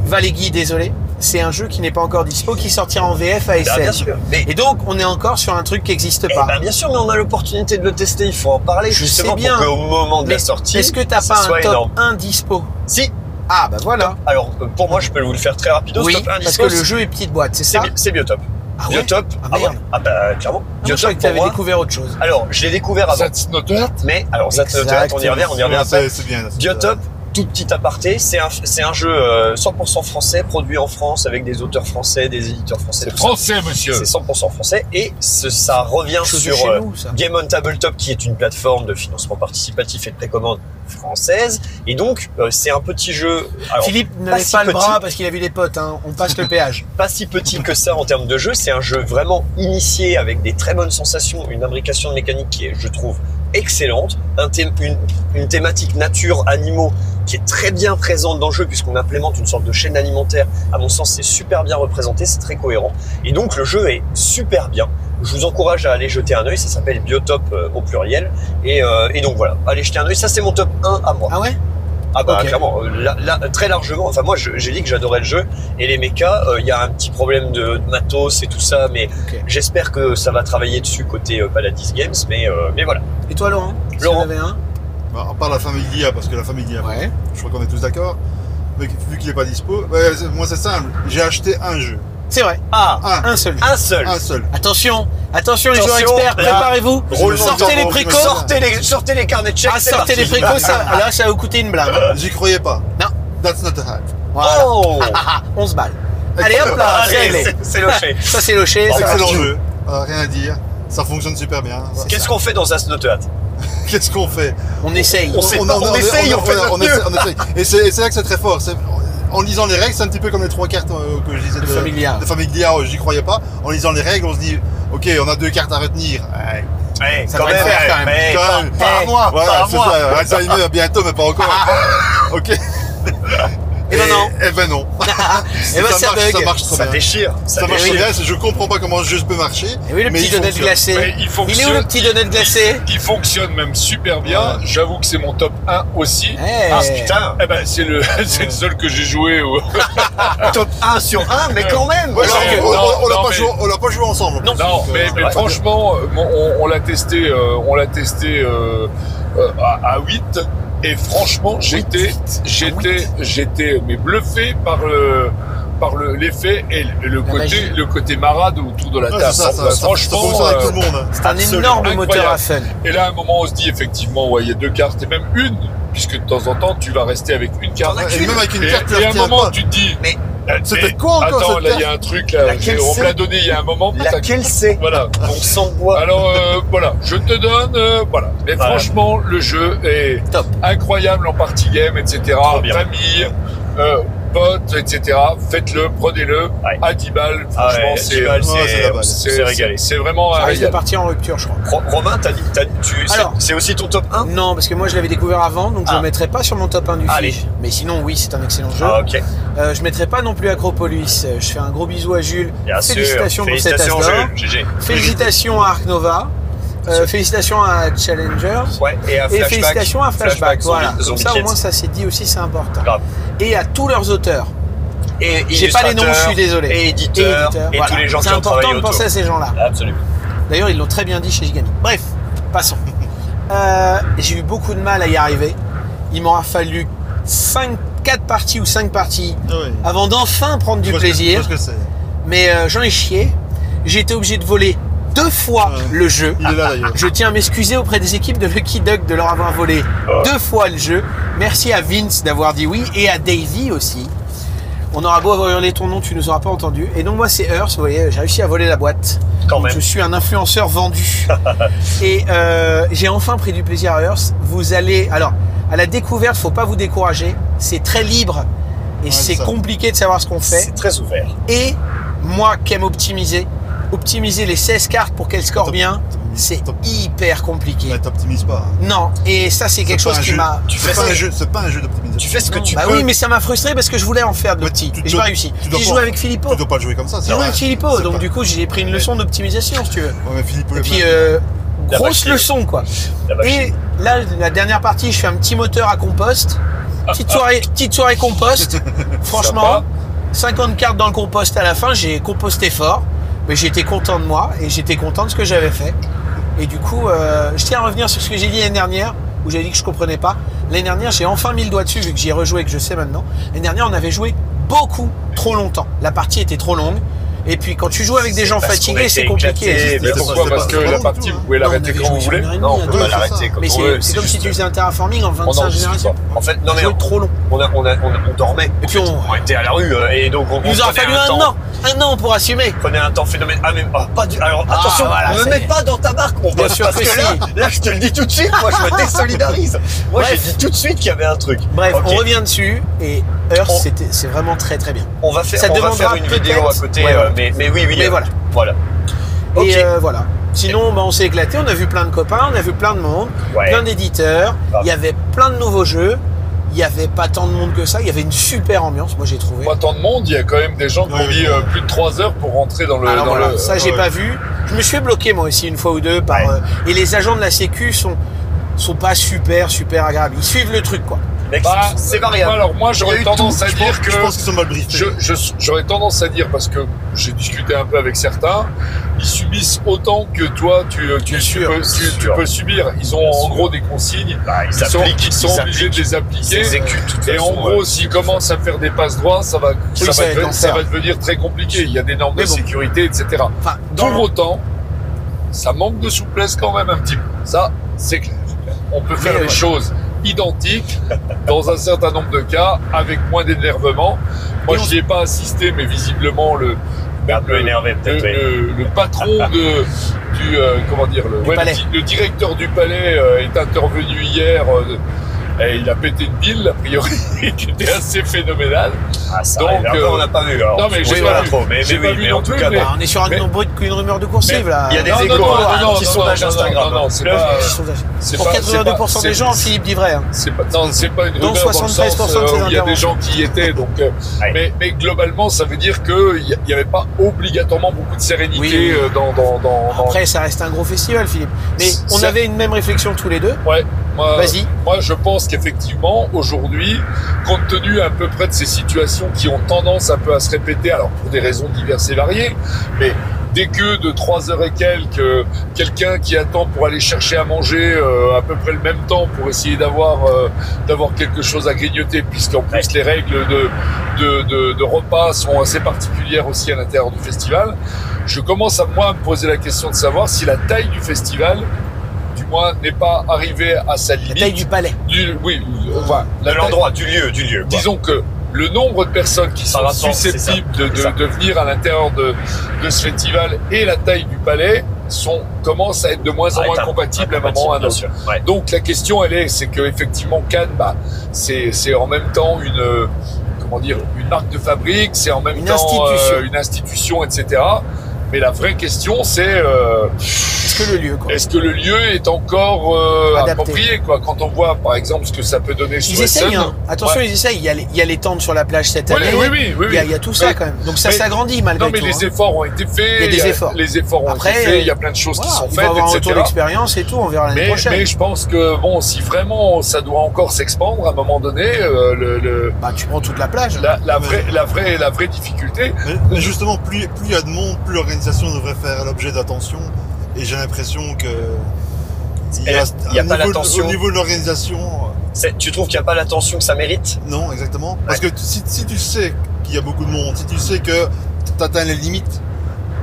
[SPEAKER 3] Valégui, désolé, c'est un jeu qui n'est pas encore dispo, qui sortira en VF à
[SPEAKER 2] Ah, bien
[SPEAKER 3] SF.
[SPEAKER 2] sûr. Mais,
[SPEAKER 3] Bah, Et donc, on est encore sur un truc qui n'existe
[SPEAKER 2] eh
[SPEAKER 3] pas.
[SPEAKER 2] ben, bien sûr, mais on a l'opportunité de le tester. Il faut en parler
[SPEAKER 3] Je
[SPEAKER 2] justement
[SPEAKER 3] sais bien.
[SPEAKER 2] pour qu'au moment de
[SPEAKER 3] Mais
[SPEAKER 2] la sortie,
[SPEAKER 3] Est-ce que t'as
[SPEAKER 2] ça
[SPEAKER 3] pas un
[SPEAKER 2] soit
[SPEAKER 3] top
[SPEAKER 2] énorme.
[SPEAKER 3] 1 dispo
[SPEAKER 2] Si,
[SPEAKER 3] Ah, bah voilà.
[SPEAKER 2] Alors, euh, pour moi, je peux vous le faire très rapido.
[SPEAKER 3] Oui,
[SPEAKER 2] stop 1,
[SPEAKER 3] parce que
[SPEAKER 2] dispo,
[SPEAKER 3] le jeu est petite boîte, c'est
[SPEAKER 2] c'est
[SPEAKER 3] ça
[SPEAKER 2] bi- c'est Biotop.
[SPEAKER 3] Ah ouais
[SPEAKER 2] Biotop,
[SPEAKER 3] Ah,
[SPEAKER 2] ah, ouais.
[SPEAKER 3] merde.
[SPEAKER 2] Ah bah, clairement.
[SPEAKER 3] Ah, moi, Je crois
[SPEAKER 2] Biotop,
[SPEAKER 3] que
[SPEAKER 2] pour
[SPEAKER 3] t'avais
[SPEAKER 2] moi.
[SPEAKER 3] découvert autre chose.
[SPEAKER 2] Alors, je l'ai découvert avant.
[SPEAKER 4] That's not that.
[SPEAKER 2] Mais, alors, ça, c'est-
[SPEAKER 3] Exactement.
[SPEAKER 2] on y revient, on y revient
[SPEAKER 5] Ouais,
[SPEAKER 2] après.
[SPEAKER 5] c'est- c'est bien. là, c'est-
[SPEAKER 2] Biotop, tout petit aparté, c'est un, c'est un jeu euh, 100% français, produit en France, avec des auteurs français, des éditeurs français.
[SPEAKER 4] C'est
[SPEAKER 2] tout ça.
[SPEAKER 4] français, monsieur.
[SPEAKER 2] C'est 100% français. Et ce- ça revient
[SPEAKER 3] Chose de
[SPEAKER 2] sur...
[SPEAKER 3] chez
[SPEAKER 2] euh,
[SPEAKER 3] nous, ça.
[SPEAKER 2] Game on Tabletop, qui est une plateforme de financement participatif et de précommande française. Et donc, euh, c'est un petit jeu. Alors,
[SPEAKER 3] Philippe ne
[SPEAKER 2] pas
[SPEAKER 3] lève
[SPEAKER 2] si
[SPEAKER 3] pas le
[SPEAKER 2] petit.
[SPEAKER 3] bras parce qu'il a vu des potes, hein. on passe le péage.
[SPEAKER 2] pas si petit que ça en termes de jeu. C'est un jeu vraiment initié avec des très bonnes sensations, une imbrication de mécanique qui est, je trouve, excellente, un thème- une, une thématique nature, animaux qui est très bien présente dans le jeu puisqu'on implémente une sorte de chaîne alimentaire. À mon sens, c'est super bien représenté, c'est très cohérent. Et donc, le jeu est super bien. Je vous encourage à aller jeter un œil. Ça s'appelle Biotop euh, au pluriel. Et, euh, et donc voilà, allez jeter un œil. Ça, c'est mon top 1 à moi.
[SPEAKER 3] Ah ouais
[SPEAKER 2] Ah bah
[SPEAKER 3] Ok.
[SPEAKER 2] clairement, euh, là, là, très largement. Enfin moi, je- j'ai dit que j'adorais le jeu et les mechas. euh, Il y a un petit problème de, de matos et tout ça, mais
[SPEAKER 3] Ok.
[SPEAKER 2] j'espère que ça va travailler dessus côté euh, Paladis Games. Mais euh, mais voilà.
[SPEAKER 3] Et toi, Laurent Si
[SPEAKER 2] Laurent.
[SPEAKER 3] t'en avais un
[SPEAKER 5] Bah, à part la famille d'IA, parce que la famille d'IA,
[SPEAKER 3] Ouais.
[SPEAKER 5] je crois qu'on est tous d'accord. Mais vu qu'il est pas dispo, ouais, c'est- moi c'est simple. J'ai acheté un jeu.
[SPEAKER 3] C'est vrai,
[SPEAKER 2] Ah,
[SPEAKER 5] Un.
[SPEAKER 3] un seul.
[SPEAKER 2] un seul.
[SPEAKER 5] Un seul.
[SPEAKER 3] Attention, attention les
[SPEAKER 2] Attention,
[SPEAKER 3] joueurs experts,
[SPEAKER 2] là.
[SPEAKER 3] préparez-vous.
[SPEAKER 2] Roulement
[SPEAKER 3] Sortez
[SPEAKER 5] de
[SPEAKER 3] les
[SPEAKER 5] tambour, je me
[SPEAKER 3] précoces.
[SPEAKER 5] sors.
[SPEAKER 2] Sortez les sortez les carnets de chèques.
[SPEAKER 3] Ah,
[SPEAKER 2] c'est
[SPEAKER 3] sortez les
[SPEAKER 2] parti.
[SPEAKER 3] précoces, ça, là, ça va vous coûter une blinde.
[SPEAKER 2] Euh.
[SPEAKER 5] J'y croyais pas.
[SPEAKER 3] Non.
[SPEAKER 5] That's not a hype.
[SPEAKER 3] Voilà.
[SPEAKER 2] *laughs*
[SPEAKER 3] *laughs*
[SPEAKER 2] Oh.
[SPEAKER 3] Ah, ah, ah, 11 balles. Allez hop là,
[SPEAKER 2] Allez,
[SPEAKER 3] réglé.
[SPEAKER 2] c'est- c'est le fait.
[SPEAKER 3] Ça, c'est loché.
[SPEAKER 2] Bon,
[SPEAKER 3] ça-
[SPEAKER 5] Excellent
[SPEAKER 2] parti.
[SPEAKER 5] jeu. Euh, rien à dire. Ça fonctionne super bien.
[SPEAKER 2] Qu'est-ce qu'on fait dans un snowteat
[SPEAKER 5] Qu'est-ce qu'on fait
[SPEAKER 2] *laughs*
[SPEAKER 3] On essaye.
[SPEAKER 2] On sait pas, on essaye, on fait notre
[SPEAKER 5] on essaye, on essaye. Et c'est et c'est là que c'est très fort. C'est- En lisant les règles, c'est un petit peu comme les trois cartes euh, que je disais
[SPEAKER 3] De Familia.
[SPEAKER 5] de Familia, euh, j'y croyais pas. En lisant les règles, on se dit, ok, on a deux cartes à retenir. Ouais,
[SPEAKER 2] Eh,
[SPEAKER 3] Ça va le faire, quand même.
[SPEAKER 2] eh,
[SPEAKER 5] quand même, par mois, voilà, c'est ça. Alzheimer bientôt, mais pas encore. ok.
[SPEAKER 3] Eh ben non.
[SPEAKER 5] Eh ben non.
[SPEAKER 3] Eh ben, ça bug.
[SPEAKER 5] marche, ça marche très
[SPEAKER 2] Ça
[SPEAKER 5] bien.
[SPEAKER 2] déchire.
[SPEAKER 5] Ça marche
[SPEAKER 2] déchire.
[SPEAKER 5] très bien. c'est- Je comprends pas comment le jeu peut marcher.
[SPEAKER 3] Et Eh oui, le
[SPEAKER 5] mais
[SPEAKER 3] petit
[SPEAKER 5] il
[SPEAKER 3] donut
[SPEAKER 5] fonctionne.
[SPEAKER 4] Mais
[SPEAKER 3] glacé.
[SPEAKER 4] il
[SPEAKER 3] Il est où
[SPEAKER 4] fonctionne.
[SPEAKER 3] le petit donut glacé
[SPEAKER 4] Il fonctionne même super bien.
[SPEAKER 5] Ouais.
[SPEAKER 4] J'avoue que c'est mon top 1 aussi.
[SPEAKER 3] Eh.
[SPEAKER 4] Ah,
[SPEAKER 2] Putain,
[SPEAKER 4] eh ben, c'est le, *laughs* c'est le seul que j'ai joué.
[SPEAKER 5] *laughs*
[SPEAKER 4] au-
[SPEAKER 2] top 1 sur 1, mais quand même.
[SPEAKER 5] Ouais,
[SPEAKER 4] Non,
[SPEAKER 5] alors,
[SPEAKER 4] mais-
[SPEAKER 5] on- on- on l'a
[SPEAKER 4] non,
[SPEAKER 5] pas
[SPEAKER 4] mais-
[SPEAKER 5] joué- on l'a pas joué ensemble.
[SPEAKER 4] Non,
[SPEAKER 5] Donc,
[SPEAKER 4] mais,
[SPEAKER 5] euh,
[SPEAKER 4] mais
[SPEAKER 5] ouais.
[SPEAKER 4] franchement, euh, bon, on, on l'a testé, euh, on l'a testé euh, euh, à, à 8 et franchement, j'étais, j'étais, j'étais, mais bluffé par le par le- l'effet et le, le côté
[SPEAKER 3] magie.
[SPEAKER 4] le côté marade autour de la
[SPEAKER 5] Ouais,
[SPEAKER 4] table.
[SPEAKER 5] c'est ça, ça, ça- ça
[SPEAKER 4] franchement,
[SPEAKER 5] fonctionne avec
[SPEAKER 4] euh,
[SPEAKER 5] tout le monde. hein.
[SPEAKER 3] C'est un
[SPEAKER 4] Absolument
[SPEAKER 3] énorme moteur
[SPEAKER 4] incroyable.
[SPEAKER 3] à fun.
[SPEAKER 4] et là, à un moment, on se dit effectivement, ouais, il y a deux cartes et même une, puisque de temps en temps, tu vas rester avec une carte.
[SPEAKER 2] T'en as
[SPEAKER 5] Et même avec une
[SPEAKER 4] Et-
[SPEAKER 5] carte, tu
[SPEAKER 4] et à
[SPEAKER 5] la
[SPEAKER 4] un
[SPEAKER 5] retiens
[SPEAKER 4] moment,
[SPEAKER 5] pas.
[SPEAKER 4] tu te dis,
[SPEAKER 2] Mais-
[SPEAKER 4] euh,
[SPEAKER 5] C'était
[SPEAKER 4] mais
[SPEAKER 5] quoi encore,
[SPEAKER 4] Attends,
[SPEAKER 5] cette
[SPEAKER 4] là, il y a
[SPEAKER 5] carte
[SPEAKER 4] un truc là.
[SPEAKER 2] Laquelle
[SPEAKER 4] on me l'a
[SPEAKER 2] c'est
[SPEAKER 4] donné il y a un moment. putain,
[SPEAKER 2] Laquelle c'est
[SPEAKER 4] Voilà.
[SPEAKER 2] On s'envoie.
[SPEAKER 4] Alors euh, voilà, je te donne, euh, voilà. Mais
[SPEAKER 2] Voilà.
[SPEAKER 4] franchement, le jeu est
[SPEAKER 3] Top.
[SPEAKER 4] incroyable en party game, etc.
[SPEAKER 2] bien.
[SPEAKER 4] Famille, euh, potes, etc. Faites-le, prenez-le.
[SPEAKER 2] Ouais.
[SPEAKER 4] À 10 balles, franchement,
[SPEAKER 2] Ah ouais, 10
[SPEAKER 4] c'est
[SPEAKER 2] balles,
[SPEAKER 5] ouais, c'est la balle.
[SPEAKER 4] c'est-
[SPEAKER 2] C'est régalé.
[SPEAKER 4] C'est vraiment
[SPEAKER 2] Ah
[SPEAKER 4] un
[SPEAKER 3] Ça risque de
[SPEAKER 4] régal.
[SPEAKER 3] partir en rupture, je crois.
[SPEAKER 2] Ro- Romain, t'as dit, t'as dit- tu, c'est-
[SPEAKER 3] Alors.
[SPEAKER 2] c'est aussi ton top 1
[SPEAKER 3] Non, parce que moi je l'avais découvert avant, donc je
[SPEAKER 2] Ah.
[SPEAKER 3] le mettrai pas sur mon top 1 du
[SPEAKER 2] Allez.
[SPEAKER 3] film. Mais sinon, oui, c'est un excellent jeu.
[SPEAKER 2] Ah, ok.
[SPEAKER 3] Euh, je mettrai pas non plus Acropolis. Euh, Je fais un gros bisou à Jules.
[SPEAKER 2] Bien sûr.
[SPEAKER 3] Félicitations pour cet
[SPEAKER 2] Félicitations,
[SPEAKER 3] as-d'or.
[SPEAKER 2] Jules. GG.
[SPEAKER 3] Félicitations à Ark Nova. Euh, félicitations à Challenger.
[SPEAKER 2] Ouais, et à
[SPEAKER 3] Et
[SPEAKER 2] Flashback.
[SPEAKER 3] félicitations à Flashback.
[SPEAKER 2] Zombie-
[SPEAKER 3] voilà. Comme
[SPEAKER 2] Zombie
[SPEAKER 3] ça, au
[SPEAKER 2] Kids.
[SPEAKER 3] moins, ça s'est dit aussi, c'est important.
[SPEAKER 2] Grave.
[SPEAKER 3] Et à tous leurs auteurs.
[SPEAKER 2] Et
[SPEAKER 3] J'ai pas les noms, je
[SPEAKER 2] illustrateurs,
[SPEAKER 3] suis désolé.
[SPEAKER 2] Et
[SPEAKER 3] Et
[SPEAKER 2] éditeurs, et,
[SPEAKER 3] éditeurs,
[SPEAKER 2] tous
[SPEAKER 3] voilà.
[SPEAKER 2] les gens qui
[SPEAKER 3] C'est
[SPEAKER 2] ont
[SPEAKER 3] important
[SPEAKER 2] travaillé
[SPEAKER 3] de
[SPEAKER 2] autour.
[SPEAKER 3] penser à ces gens-là.
[SPEAKER 2] Absolument.
[SPEAKER 3] D'ailleurs, ils l'ont très bien dit chez Gigamic. Bref,
[SPEAKER 5] *laughs*
[SPEAKER 3] passons. Euh, J'ai eu beaucoup de mal à y arriver. Il m'aura fallu 5, 4 parties ou 5 parties
[SPEAKER 5] Ah ouais.
[SPEAKER 3] avant d'enfin prendre du
[SPEAKER 5] Je vois ce que-
[SPEAKER 3] plaisir.
[SPEAKER 5] je vois ce que c'est.
[SPEAKER 3] Mais euh, j'en ai chié. J'ai été obligé de voler deux fois
[SPEAKER 5] Ouais.
[SPEAKER 3] le jeu.
[SPEAKER 5] Il est là d'ailleurs.
[SPEAKER 3] Je tiens à m'excuser auprès des équipes de Lucky Duck de leur avoir volé
[SPEAKER 5] Euh.
[SPEAKER 3] deux fois le jeu. Merci à Vince d'avoir dit oui et à Davy aussi. On aura beau avoir hurlé ton nom, tu nous auras pas entendu. Et donc moi c'est Earth, vous voyez, j'ai réussi à voler la boîte.
[SPEAKER 2] Quand
[SPEAKER 3] Donc,
[SPEAKER 2] même.
[SPEAKER 3] Je suis un influenceur
[SPEAKER 5] *laughs*
[SPEAKER 3] vendu. et euh, j'ai enfin pris du plaisir à Earth. Vous allez, alors, à la découverte, faut pas vous décourager. C'est très libre et
[SPEAKER 5] Ouais,
[SPEAKER 3] c'est
[SPEAKER 5] ça.
[SPEAKER 3] compliqué de savoir ce qu'on fait
[SPEAKER 2] C'est très ouvert.
[SPEAKER 3] et moi qui aime optimiser, optimiser les 16 cartes pour qu'elles scorent
[SPEAKER 5] Attends,
[SPEAKER 3] bien,
[SPEAKER 5] attends,
[SPEAKER 3] c'est
[SPEAKER 5] attends.
[SPEAKER 3] hyper compliqué.
[SPEAKER 5] Ouais, T'optimises pas. hein.
[SPEAKER 3] Non, et ça c'est quelque
[SPEAKER 5] C'est pas
[SPEAKER 3] chose
[SPEAKER 5] un
[SPEAKER 3] qui
[SPEAKER 5] jeu-
[SPEAKER 3] m'a...
[SPEAKER 2] Tu fais
[SPEAKER 5] C'est pas
[SPEAKER 2] ça.
[SPEAKER 5] un jeu. C'est pas un jeu d'optimisation.
[SPEAKER 2] Tu fais ce que tu
[SPEAKER 3] Bah
[SPEAKER 2] peux.
[SPEAKER 3] oui, mais ça m'a frustré parce que je voulais en faire de
[SPEAKER 5] Mais
[SPEAKER 3] petits.
[SPEAKER 5] tu-
[SPEAKER 3] Et
[SPEAKER 5] tu
[SPEAKER 3] j'ai
[SPEAKER 5] dois-
[SPEAKER 3] pas réussi.
[SPEAKER 5] tu dois
[SPEAKER 3] J'ai
[SPEAKER 5] pas-
[SPEAKER 3] joué avec
[SPEAKER 5] Tu
[SPEAKER 3] Filippo.
[SPEAKER 5] dois pas le jouer comme ça.
[SPEAKER 3] J'ai
[SPEAKER 5] c'est
[SPEAKER 3] joué
[SPEAKER 5] vrai.
[SPEAKER 3] avec Filippo,
[SPEAKER 5] C'est
[SPEAKER 3] donc
[SPEAKER 5] pas-
[SPEAKER 3] du coup j'ai pris une leçon d'optimisation si tu veux.
[SPEAKER 5] Ouais, mais Philippe
[SPEAKER 3] Et
[SPEAKER 5] Lemaire.
[SPEAKER 3] puis, euh,
[SPEAKER 2] La
[SPEAKER 3] grosse
[SPEAKER 2] machine.
[SPEAKER 3] leçon quoi.
[SPEAKER 2] La vache.
[SPEAKER 3] Et là, la dernière partie, je fais un petit moteur à compost.
[SPEAKER 2] Ah,
[SPEAKER 3] Petite soirée, petite soirée
[SPEAKER 2] *laughs*
[SPEAKER 3] compost. Franchement,
[SPEAKER 4] Sympa.
[SPEAKER 3] 50 cartes dans le compost à la fin, j'ai composté fort. Mais j'étais content de moi et j'étais content de ce que j'avais fait. Et du coup, euh, je tiens à revenir sur ce que j'ai dit l'année dernière, où j'avais dit que je comprenais pas. L'année dernière, j'ai enfin mis le doigt dessus, vu que j'y ai rejoué et que je sais maintenant. L'année dernière, on avait joué beaucoup trop longtemps. La partie était trop longue. Et puis, quand tu joues avec des
[SPEAKER 2] C'est
[SPEAKER 3] gens
[SPEAKER 2] parce qu'on
[SPEAKER 3] fatigués,
[SPEAKER 2] était
[SPEAKER 3] c'est compliqué.
[SPEAKER 2] éclatés,
[SPEAKER 4] Mais
[SPEAKER 5] c'est-
[SPEAKER 4] pourquoi Parce
[SPEAKER 5] c'est pas-
[SPEAKER 4] que
[SPEAKER 5] c'est pas
[SPEAKER 4] la
[SPEAKER 5] bon
[SPEAKER 4] partie,
[SPEAKER 5] du tout,
[SPEAKER 4] vous
[SPEAKER 5] hein.
[SPEAKER 3] Non,
[SPEAKER 4] pouvez
[SPEAKER 3] on
[SPEAKER 4] l'arrêter
[SPEAKER 3] avait
[SPEAKER 4] quand
[SPEAKER 3] joué
[SPEAKER 4] vous
[SPEAKER 3] sur
[SPEAKER 4] voulez.
[SPEAKER 3] une heure et
[SPEAKER 2] Non,
[SPEAKER 3] demie,
[SPEAKER 2] on
[SPEAKER 3] hein.
[SPEAKER 2] peut pas l'arrêter comme
[SPEAKER 3] Mais
[SPEAKER 2] on
[SPEAKER 3] c'est
[SPEAKER 2] veut.
[SPEAKER 3] c'est comme si
[SPEAKER 2] juste-
[SPEAKER 3] tu faisais un terraforming en
[SPEAKER 2] On en
[SPEAKER 3] 25 générations.
[SPEAKER 2] discute pas. En fait, non mais
[SPEAKER 3] Jouer
[SPEAKER 2] on,
[SPEAKER 3] trop long.
[SPEAKER 2] on, a- on a- on a- on dormait.
[SPEAKER 3] Et puis on.
[SPEAKER 2] On était à la rue euh, et donc on,
[SPEAKER 3] Il nous
[SPEAKER 2] on
[SPEAKER 3] aura
[SPEAKER 2] prenait
[SPEAKER 3] fallu un
[SPEAKER 2] temps.
[SPEAKER 3] an. Un an pour assumer.
[SPEAKER 2] On prenait un temps phénomène. Ah mais ah, pas du. Alors
[SPEAKER 3] Ah,
[SPEAKER 2] attention,
[SPEAKER 3] voilà,
[SPEAKER 2] ne
[SPEAKER 3] ça
[SPEAKER 2] me
[SPEAKER 3] y
[SPEAKER 2] mets
[SPEAKER 3] est.
[SPEAKER 2] pas dans ta barque, mon
[SPEAKER 3] Bien
[SPEAKER 2] pote,
[SPEAKER 3] sûr
[SPEAKER 2] parce
[SPEAKER 3] que
[SPEAKER 2] que
[SPEAKER 3] si.
[SPEAKER 2] là, là, je te le dis tout de suite. Moi, je me désolidarise. Moi, j'ai
[SPEAKER 3] Bref.
[SPEAKER 2] dit tout de suite qu'il y avait un truc.
[SPEAKER 3] Bref,
[SPEAKER 2] Ok.
[SPEAKER 3] on revient dessus. Et Earth,
[SPEAKER 2] On-
[SPEAKER 3] c'était- c'est vraiment très très bien.
[SPEAKER 2] On va faire,
[SPEAKER 3] Ça
[SPEAKER 2] on va
[SPEAKER 3] demandera
[SPEAKER 2] faire une
[SPEAKER 3] peut-être-
[SPEAKER 2] vidéo à côté,
[SPEAKER 3] Ouais,
[SPEAKER 2] euh,
[SPEAKER 3] ouais.
[SPEAKER 2] mais, mais oui, oui.
[SPEAKER 3] Mais
[SPEAKER 2] euh,
[SPEAKER 3] voilà.
[SPEAKER 2] Voilà. Ok.
[SPEAKER 3] Et euh, voilà. Sinon, bah, on s'est éclaté. On a vu plein de copains, on a vu plein de monde,
[SPEAKER 2] Ouais.
[SPEAKER 3] plein d'éditeurs.
[SPEAKER 2] Grave.
[SPEAKER 3] Il y avait plein de nouveaux jeux. Il n'y avait pas tant de monde que ça. Il y avait une super ambiance, moi j'ai trouvé.
[SPEAKER 4] Pas tant de monde, il y a quand même des gens qui
[SPEAKER 5] Ouais,
[SPEAKER 4] ont mis
[SPEAKER 5] ouais.
[SPEAKER 4] euh, plus de 3 heures pour rentrer dans le.
[SPEAKER 3] Alors
[SPEAKER 4] Euh, dans
[SPEAKER 3] voilà,
[SPEAKER 4] le-
[SPEAKER 3] ça j'ai
[SPEAKER 5] ouais.
[SPEAKER 3] pas vu. Je me suis fait bloquer moi aussi une fois ou deux par.
[SPEAKER 2] Ouais.
[SPEAKER 3] euh, et les agents de la Sécu sont sont pas super super agréables. Ils suivent le truc quoi.
[SPEAKER 2] Mec,
[SPEAKER 4] Bah,
[SPEAKER 2] c'est variable.
[SPEAKER 4] Alors moi,
[SPEAKER 5] Il y a
[SPEAKER 4] j'aurais
[SPEAKER 5] eu
[SPEAKER 4] tendance
[SPEAKER 5] tout.
[SPEAKER 4] à
[SPEAKER 5] Je
[SPEAKER 4] dire
[SPEAKER 5] pense-
[SPEAKER 4] que.
[SPEAKER 5] Je pense qu'ils sont mal briefés.
[SPEAKER 4] Je- je- J'aurais tendance à dire, parce que j'ai discuté un peu avec certains, ils subissent autant que toi, tu, euh, tu, tu
[SPEAKER 3] sûr,
[SPEAKER 4] peux,
[SPEAKER 2] bien
[SPEAKER 4] tu- tu
[SPEAKER 2] sûr.
[SPEAKER 4] peux subir. Ils ont
[SPEAKER 2] Bien
[SPEAKER 4] en
[SPEAKER 2] sûr.
[SPEAKER 4] gros des consignes,
[SPEAKER 2] Bah, ils
[SPEAKER 4] ils sont,
[SPEAKER 2] s'appliquent,
[SPEAKER 4] ils sont obligés de les
[SPEAKER 2] ils
[SPEAKER 4] appliquer.
[SPEAKER 2] exécutent. de toute
[SPEAKER 4] Et en
[SPEAKER 2] façon,
[SPEAKER 4] gros,
[SPEAKER 2] euh,
[SPEAKER 4] s'ils commencent à faire des passes droits, ça va,
[SPEAKER 3] ça va
[SPEAKER 4] ça, va
[SPEAKER 3] être
[SPEAKER 4] devenir-
[SPEAKER 3] l'enfer.
[SPEAKER 4] ça va devenir très compliqué. Il y a des normes
[SPEAKER 3] Mais
[SPEAKER 4] de
[SPEAKER 3] bon.
[SPEAKER 4] sécurité, etc.
[SPEAKER 3] Enfin, dans
[SPEAKER 4] Pour autant, ça manque de souplesse quand même un petit peu. Ça, c'est clair. On peut faire
[SPEAKER 3] Mais
[SPEAKER 4] les
[SPEAKER 3] ouais.
[SPEAKER 4] choses identiques dans un certain nombre de cas avec moins d'énervement. Moi,
[SPEAKER 3] Et on-
[SPEAKER 4] je n'y ai pas assisté, mais visiblement le
[SPEAKER 2] un peu énervé
[SPEAKER 4] le,
[SPEAKER 2] peut-être. mais-
[SPEAKER 4] le- le patron de du euh, comment dire le,
[SPEAKER 3] Du
[SPEAKER 4] le
[SPEAKER 3] palais.
[SPEAKER 4] di- le directeur du palais euh, est intervenu hier. euh, et il a pété une bille, a priori, *laughs* qui était assez phénoménal.
[SPEAKER 2] Ah, ça
[SPEAKER 4] donc,
[SPEAKER 2] arrive. Après,
[SPEAKER 4] euh,
[SPEAKER 2] on n'a pas vu. Alors,
[SPEAKER 4] non, mais j'ai
[SPEAKER 2] Oui,
[SPEAKER 4] pas
[SPEAKER 2] voilà,
[SPEAKER 4] vu.
[SPEAKER 2] trop. Mais,
[SPEAKER 4] J'ai
[SPEAKER 2] mais
[SPEAKER 4] pas
[SPEAKER 2] oui,
[SPEAKER 4] vu
[SPEAKER 2] mais
[SPEAKER 4] non
[SPEAKER 2] en tout
[SPEAKER 4] plus,
[SPEAKER 2] cas,
[SPEAKER 4] mais-
[SPEAKER 3] Bah, on est sur un
[SPEAKER 4] Mais-
[SPEAKER 3] nombre qu'une rumeur de coursive là.
[SPEAKER 2] il y a des
[SPEAKER 4] Non, non,
[SPEAKER 2] échos,
[SPEAKER 4] non,
[SPEAKER 2] hein,
[SPEAKER 4] non,
[SPEAKER 2] un
[SPEAKER 4] non,
[SPEAKER 2] petit
[SPEAKER 4] non,
[SPEAKER 2] sondage
[SPEAKER 4] non, non,
[SPEAKER 2] Instagram.
[SPEAKER 4] non, non, c'est
[SPEAKER 2] Le-
[SPEAKER 4] pas-
[SPEAKER 3] Petit sondage.
[SPEAKER 4] euh, C'est
[SPEAKER 3] Pour
[SPEAKER 4] pas- c'est pas-
[SPEAKER 3] 82% des
[SPEAKER 4] c'est-
[SPEAKER 3] gens, Philippe Divray. hein.
[SPEAKER 4] C'est pas, non, c'est pas une
[SPEAKER 3] Dont
[SPEAKER 4] rumeur dans le
[SPEAKER 3] 73%
[SPEAKER 4] sens,
[SPEAKER 3] de ces
[SPEAKER 4] euh, où il y a des
[SPEAKER 3] interventions.
[SPEAKER 4] gens qui y étaient. Donc,
[SPEAKER 3] *laughs*
[SPEAKER 4] euh,
[SPEAKER 2] Ouais.
[SPEAKER 4] mais, mais globalement, ça veut dire qu'il n'y avait pas obligatoirement beaucoup de sérénité
[SPEAKER 3] Oui.
[SPEAKER 4] euh, dans, dans, dans, dans-
[SPEAKER 3] Après, ça reste un gros festival, Philippe. Mais
[SPEAKER 4] C'est- Euh,
[SPEAKER 3] on
[SPEAKER 4] c'est-
[SPEAKER 3] avait une même réflexion tous les deux.
[SPEAKER 4] Ouais, moi,
[SPEAKER 3] Vas-y.
[SPEAKER 4] moi, je pense qu'effectivement, aujourd'hui, compte tenu à peu près de ces situations qui ont tendance un peu à se répéter, alors pour des raisons diverses et variées, mais dès que de trois heures et quelques, euh, quelqu'un qui attend pour aller chercher à manger euh, à peu près le même temps pour essayer d'avoir euh, d'avoir quelque chose à grignoter, puisqu'en plus les règles de, de, de, de repas sont assez particulières aussi à l'intérieur du festival, je commence à moi à me poser la question de savoir si la taille du festival du moins n'est pas arrivée à sa
[SPEAKER 3] La
[SPEAKER 4] limite
[SPEAKER 3] taille du palais.
[SPEAKER 4] du, oui, enfin, la
[SPEAKER 2] de l'endroit, du lieu, du lieu. quoi.
[SPEAKER 4] Disons que le nombre de personnes qui
[SPEAKER 2] Par
[SPEAKER 4] sont
[SPEAKER 2] rapport, c'est
[SPEAKER 4] susceptibles de, de-
[SPEAKER 2] c'est ça.
[SPEAKER 4] de venir à l'intérieur de, de ce festival et la taille du palais sont, commencent à être de moins en
[SPEAKER 2] Ah,
[SPEAKER 4] moins
[SPEAKER 2] éteint.
[SPEAKER 4] compatibles à un
[SPEAKER 2] Compatible,
[SPEAKER 4] moment ou à un
[SPEAKER 2] bien
[SPEAKER 4] autre.
[SPEAKER 2] sûr. Ouais.
[SPEAKER 4] Donc la question, elle est, c'est que effectivement Cannes, bah, c'est c'est en même temps une comment dire, une marque de fabrique, c'est en même
[SPEAKER 3] Une
[SPEAKER 4] temps euh,
[SPEAKER 3] institution.
[SPEAKER 4] une institution, etc. Mais la vraie question, c'est euh,
[SPEAKER 3] Est-ce que le lieu, quoi
[SPEAKER 4] est-ce que le lieu est encore euh,
[SPEAKER 3] Adapté.
[SPEAKER 4] approprié quoi Quand on voit, par exemple, ce que ça peut donner sur
[SPEAKER 3] Ils essayent,
[SPEAKER 4] Essen.
[SPEAKER 3] hein. attention, ils essayent. Il y, a les, il y a les tentes sur la plage cette
[SPEAKER 4] Ouais,
[SPEAKER 3] année.
[SPEAKER 4] oui, oui, oui,
[SPEAKER 3] Il, y a,
[SPEAKER 4] oui.
[SPEAKER 3] il y a tout ça
[SPEAKER 4] Mais-
[SPEAKER 3] quand même. Donc ça
[SPEAKER 4] mais-
[SPEAKER 3] s'agrandit malgré
[SPEAKER 4] Non, mais
[SPEAKER 3] tout.
[SPEAKER 4] les
[SPEAKER 3] hein.
[SPEAKER 4] efforts ont été faits.
[SPEAKER 3] Il y a des efforts.
[SPEAKER 4] Les efforts ont
[SPEAKER 3] Après,
[SPEAKER 4] été faits. Il y a
[SPEAKER 3] euh,
[SPEAKER 4] plein de choses
[SPEAKER 3] Voilà,
[SPEAKER 4] qui sont
[SPEAKER 3] il va
[SPEAKER 4] faites,
[SPEAKER 3] avoir un retour
[SPEAKER 4] etc.
[SPEAKER 3] d'expérience et tout. On verra l'année
[SPEAKER 4] Mais,
[SPEAKER 3] prochaine.
[SPEAKER 4] mais je pense que bon, si vraiment ça doit encore s'expandre à un moment donné, euh, le, le-
[SPEAKER 3] Bah, tu prends toute la plage.
[SPEAKER 4] la, la vraie, la vraie, la vraie difficulté,
[SPEAKER 5] Mais, mais justement, plus plus il y a de monde, plus l'organisation devrait faire l'objet d'attention. Et j'ai l'impression que.
[SPEAKER 2] Et il y a
[SPEAKER 5] un
[SPEAKER 2] pas
[SPEAKER 5] niveau de-
[SPEAKER 2] l'attention.
[SPEAKER 5] Au niveau de l'organisation.
[SPEAKER 2] C'est- Tu trouves qu'il n'y a pas l'attention que ça mérite
[SPEAKER 5] Non, exactement. Parce que tu- si, si tu sais qu'il y a beaucoup de monde, si tu sais que tu atteins les limites,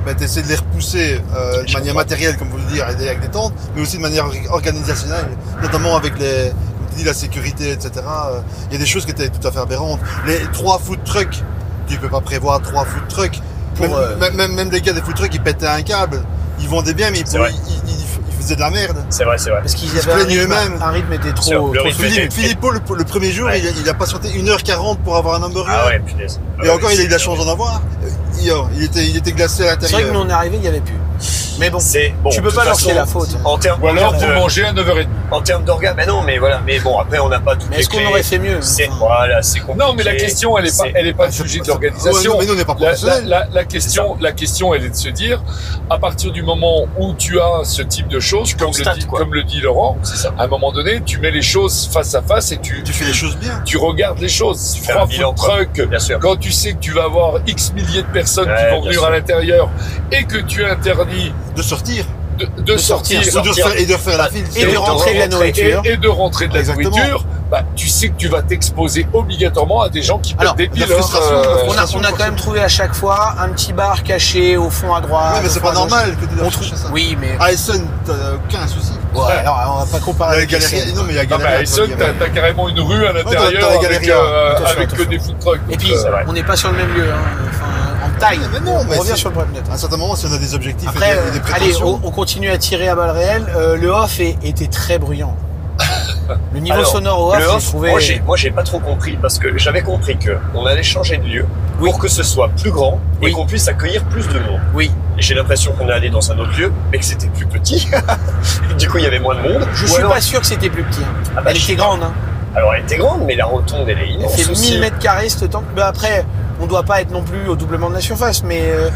[SPEAKER 5] bah, tu essaies de les repousser euh, de
[SPEAKER 2] Je
[SPEAKER 5] manière
[SPEAKER 2] comprends.
[SPEAKER 5] matérielle, comme vous le dire, avec des- avec des tentes, mais aussi de manière orga- organisationnelle, notamment avec les, comme tu dis, la sécurité, etc. Euh, Il y a des choses qui étaient tout à fait aberrantes. Les trois food trucks, tu peux pas prévoir trois food trucks.
[SPEAKER 3] Pour,
[SPEAKER 5] même,
[SPEAKER 3] euh,
[SPEAKER 5] même, même, même les gars des food trucks, ils pétaient un câble. Ils vendaient bien, mais ils,
[SPEAKER 2] C'est vrai.
[SPEAKER 5] ils- ils- ils faisaient de la merde.
[SPEAKER 2] C'est vrai, c'est vrai.
[SPEAKER 3] Parce qu'ils
[SPEAKER 5] Ils se
[SPEAKER 3] avaient un
[SPEAKER 5] plaignent
[SPEAKER 3] rythme,
[SPEAKER 5] eux-mêmes.
[SPEAKER 3] un rythme était
[SPEAKER 2] Sur
[SPEAKER 3] trop.
[SPEAKER 2] le
[SPEAKER 3] trop
[SPEAKER 2] rythme.
[SPEAKER 3] soutenu.
[SPEAKER 5] Philippe, Philippo, le, le premier jour,
[SPEAKER 2] Ouais.
[SPEAKER 5] il, a, il a patienté 1h40 pour avoir un hamburger.
[SPEAKER 2] Ah ouais, punaise. Ah
[SPEAKER 5] Et
[SPEAKER 2] ouais,
[SPEAKER 5] encore, il a eu de la
[SPEAKER 2] c'est-
[SPEAKER 5] chance d'en avoir. Euh, Il, il était, il était glacé à
[SPEAKER 3] C'est vrai que nous
[SPEAKER 5] l'intérieur.
[SPEAKER 3] on est arrivé, il y avait plus. Mais bon,
[SPEAKER 2] C'est bon.
[SPEAKER 3] tu peux
[SPEAKER 2] de
[SPEAKER 3] pas
[SPEAKER 2] toute
[SPEAKER 3] leur
[SPEAKER 2] façon,
[SPEAKER 3] filer la faute.
[SPEAKER 2] En termes,
[SPEAKER 4] ou alors
[SPEAKER 2] en
[SPEAKER 4] vous
[SPEAKER 2] termes de-
[SPEAKER 4] mangez à 9h30.
[SPEAKER 2] en termes d'organes, mais non, mais voilà. Mais bon, après, on n'a pas toutes
[SPEAKER 3] Mais
[SPEAKER 2] les
[SPEAKER 3] est-ce qu'on
[SPEAKER 2] clés.
[SPEAKER 3] aurait fait mieux
[SPEAKER 2] C'est
[SPEAKER 3] Enfin,
[SPEAKER 2] voilà, c'est compliqué.
[SPEAKER 4] Non, mais la question, elle est pas,
[SPEAKER 2] C'est-
[SPEAKER 4] elle est pas
[SPEAKER 5] Ah,
[SPEAKER 4] le
[SPEAKER 5] c'est-
[SPEAKER 4] sujet de
[SPEAKER 5] c'est-
[SPEAKER 4] l'organisation.
[SPEAKER 5] Ouais, mais nous, on n'est pas
[SPEAKER 4] La, la,
[SPEAKER 5] professionnels.
[SPEAKER 4] la, la question, la question, elle est de se dire, à partir du moment où tu as ce type de choses, comme le,
[SPEAKER 2] constates,
[SPEAKER 4] dit,
[SPEAKER 2] quoi.
[SPEAKER 4] comme le dit Laurent,
[SPEAKER 2] C'est ça.
[SPEAKER 4] à un moment donné, tu mets les choses face à face et tu,
[SPEAKER 5] Tu fais les choses bien.
[SPEAKER 4] tu regardes les choses.
[SPEAKER 2] fais
[SPEAKER 4] Trois euh,
[SPEAKER 2] un bilan,
[SPEAKER 4] food
[SPEAKER 2] quoi.
[SPEAKER 4] trucks,
[SPEAKER 2] Bien sûr.
[SPEAKER 4] quand tu sais que tu vas avoir X milliers de personnes qui
[SPEAKER 2] Ouais,
[SPEAKER 4] vont
[SPEAKER 2] bien
[SPEAKER 4] venir
[SPEAKER 2] sûr.
[SPEAKER 4] à l'intérieur et que tu interdis
[SPEAKER 5] De sortir.
[SPEAKER 4] de, de sortir,
[SPEAKER 5] Ou de faire- et de faire la file.
[SPEAKER 3] Et de rentrer de la nourriture.
[SPEAKER 4] et, et de rentrer de la
[SPEAKER 5] Exactement.
[SPEAKER 4] nourriture, bah, tu sais que tu vas t'exposer obligatoirement à des gens qui
[SPEAKER 3] Alors,
[SPEAKER 4] pètent des
[SPEAKER 5] la
[SPEAKER 4] piles. hein.
[SPEAKER 5] frustration, la
[SPEAKER 3] On a, on a quand même trouvé à chaque fois un petit bar caché au fond à droite.
[SPEAKER 5] Ouais, mais c'est
[SPEAKER 3] au fond
[SPEAKER 5] pas
[SPEAKER 3] à gauche.
[SPEAKER 5] normal que tu
[SPEAKER 3] On
[SPEAKER 5] dois
[SPEAKER 3] trouve.
[SPEAKER 5] chercher ça. Ah,
[SPEAKER 3] Oui, mais.
[SPEAKER 5] À Essen, t'as aucun souci.
[SPEAKER 3] Ouais, alors, on va pas comparer.
[SPEAKER 5] La
[SPEAKER 3] avec
[SPEAKER 5] galerie.
[SPEAKER 3] Essen.
[SPEAKER 5] Non, mais il y a
[SPEAKER 4] Ah bah,
[SPEAKER 5] galerie.
[SPEAKER 4] Essonne, t'as t'as carrément une rue à l'intérieur
[SPEAKER 5] t'as la
[SPEAKER 4] avec,
[SPEAKER 5] galerie,
[SPEAKER 4] euh,
[SPEAKER 3] hein. attention,
[SPEAKER 4] avec que
[SPEAKER 3] attention.
[SPEAKER 4] des food trucks.
[SPEAKER 3] Et
[SPEAKER 4] donc,
[SPEAKER 3] puis,
[SPEAKER 4] euh,
[SPEAKER 2] c'est vrai.
[SPEAKER 3] on n'est pas sur le même lieu, hein. enfin, en taille.
[SPEAKER 5] Mais non, mais
[SPEAKER 3] on revient
[SPEAKER 5] c'est-
[SPEAKER 3] sur le problème d'être.
[SPEAKER 5] À un certain moment, si on a des objectifs
[SPEAKER 3] Après,
[SPEAKER 5] et des, et
[SPEAKER 3] euh,
[SPEAKER 5] des
[SPEAKER 3] allez,
[SPEAKER 5] prétentions,
[SPEAKER 3] on, on continue à tirer à balles réelles. Euh, le off est- était très bruyant. Le niveau
[SPEAKER 2] Alors,
[SPEAKER 3] sonore au off,
[SPEAKER 2] Le
[SPEAKER 3] j'ai
[SPEAKER 2] off,
[SPEAKER 3] trouvé-
[SPEAKER 2] moi, j'ai, moi, j'ai pas trop compris parce que j'avais compris que on allait changer de lieu pour que ce soit plus grand
[SPEAKER 3] Oui.
[SPEAKER 2] et qu'on puisse accueillir plus de monde.
[SPEAKER 3] Oui.
[SPEAKER 2] Et j'ai l'impression qu'on est allé dans un autre lieu, mais que c'était plus petit. *laughs* du coup, il y avait moins de monde.
[SPEAKER 3] Je
[SPEAKER 2] Ou
[SPEAKER 3] suis
[SPEAKER 2] alors-
[SPEAKER 3] pas sûr que c'était plus petit. hein.
[SPEAKER 2] Ah bah,
[SPEAKER 3] Elle
[SPEAKER 2] je-
[SPEAKER 3] était grande. Hein.
[SPEAKER 2] Alors, elle était grande, mais la rotonde, elle est
[SPEAKER 3] Elle
[SPEAKER 2] immense.
[SPEAKER 3] fait
[SPEAKER 2] aussi.
[SPEAKER 3] 1000 mètres carrés ce temple. Bah, après, on doit pas être non plus au doublement de la surface, mais euh,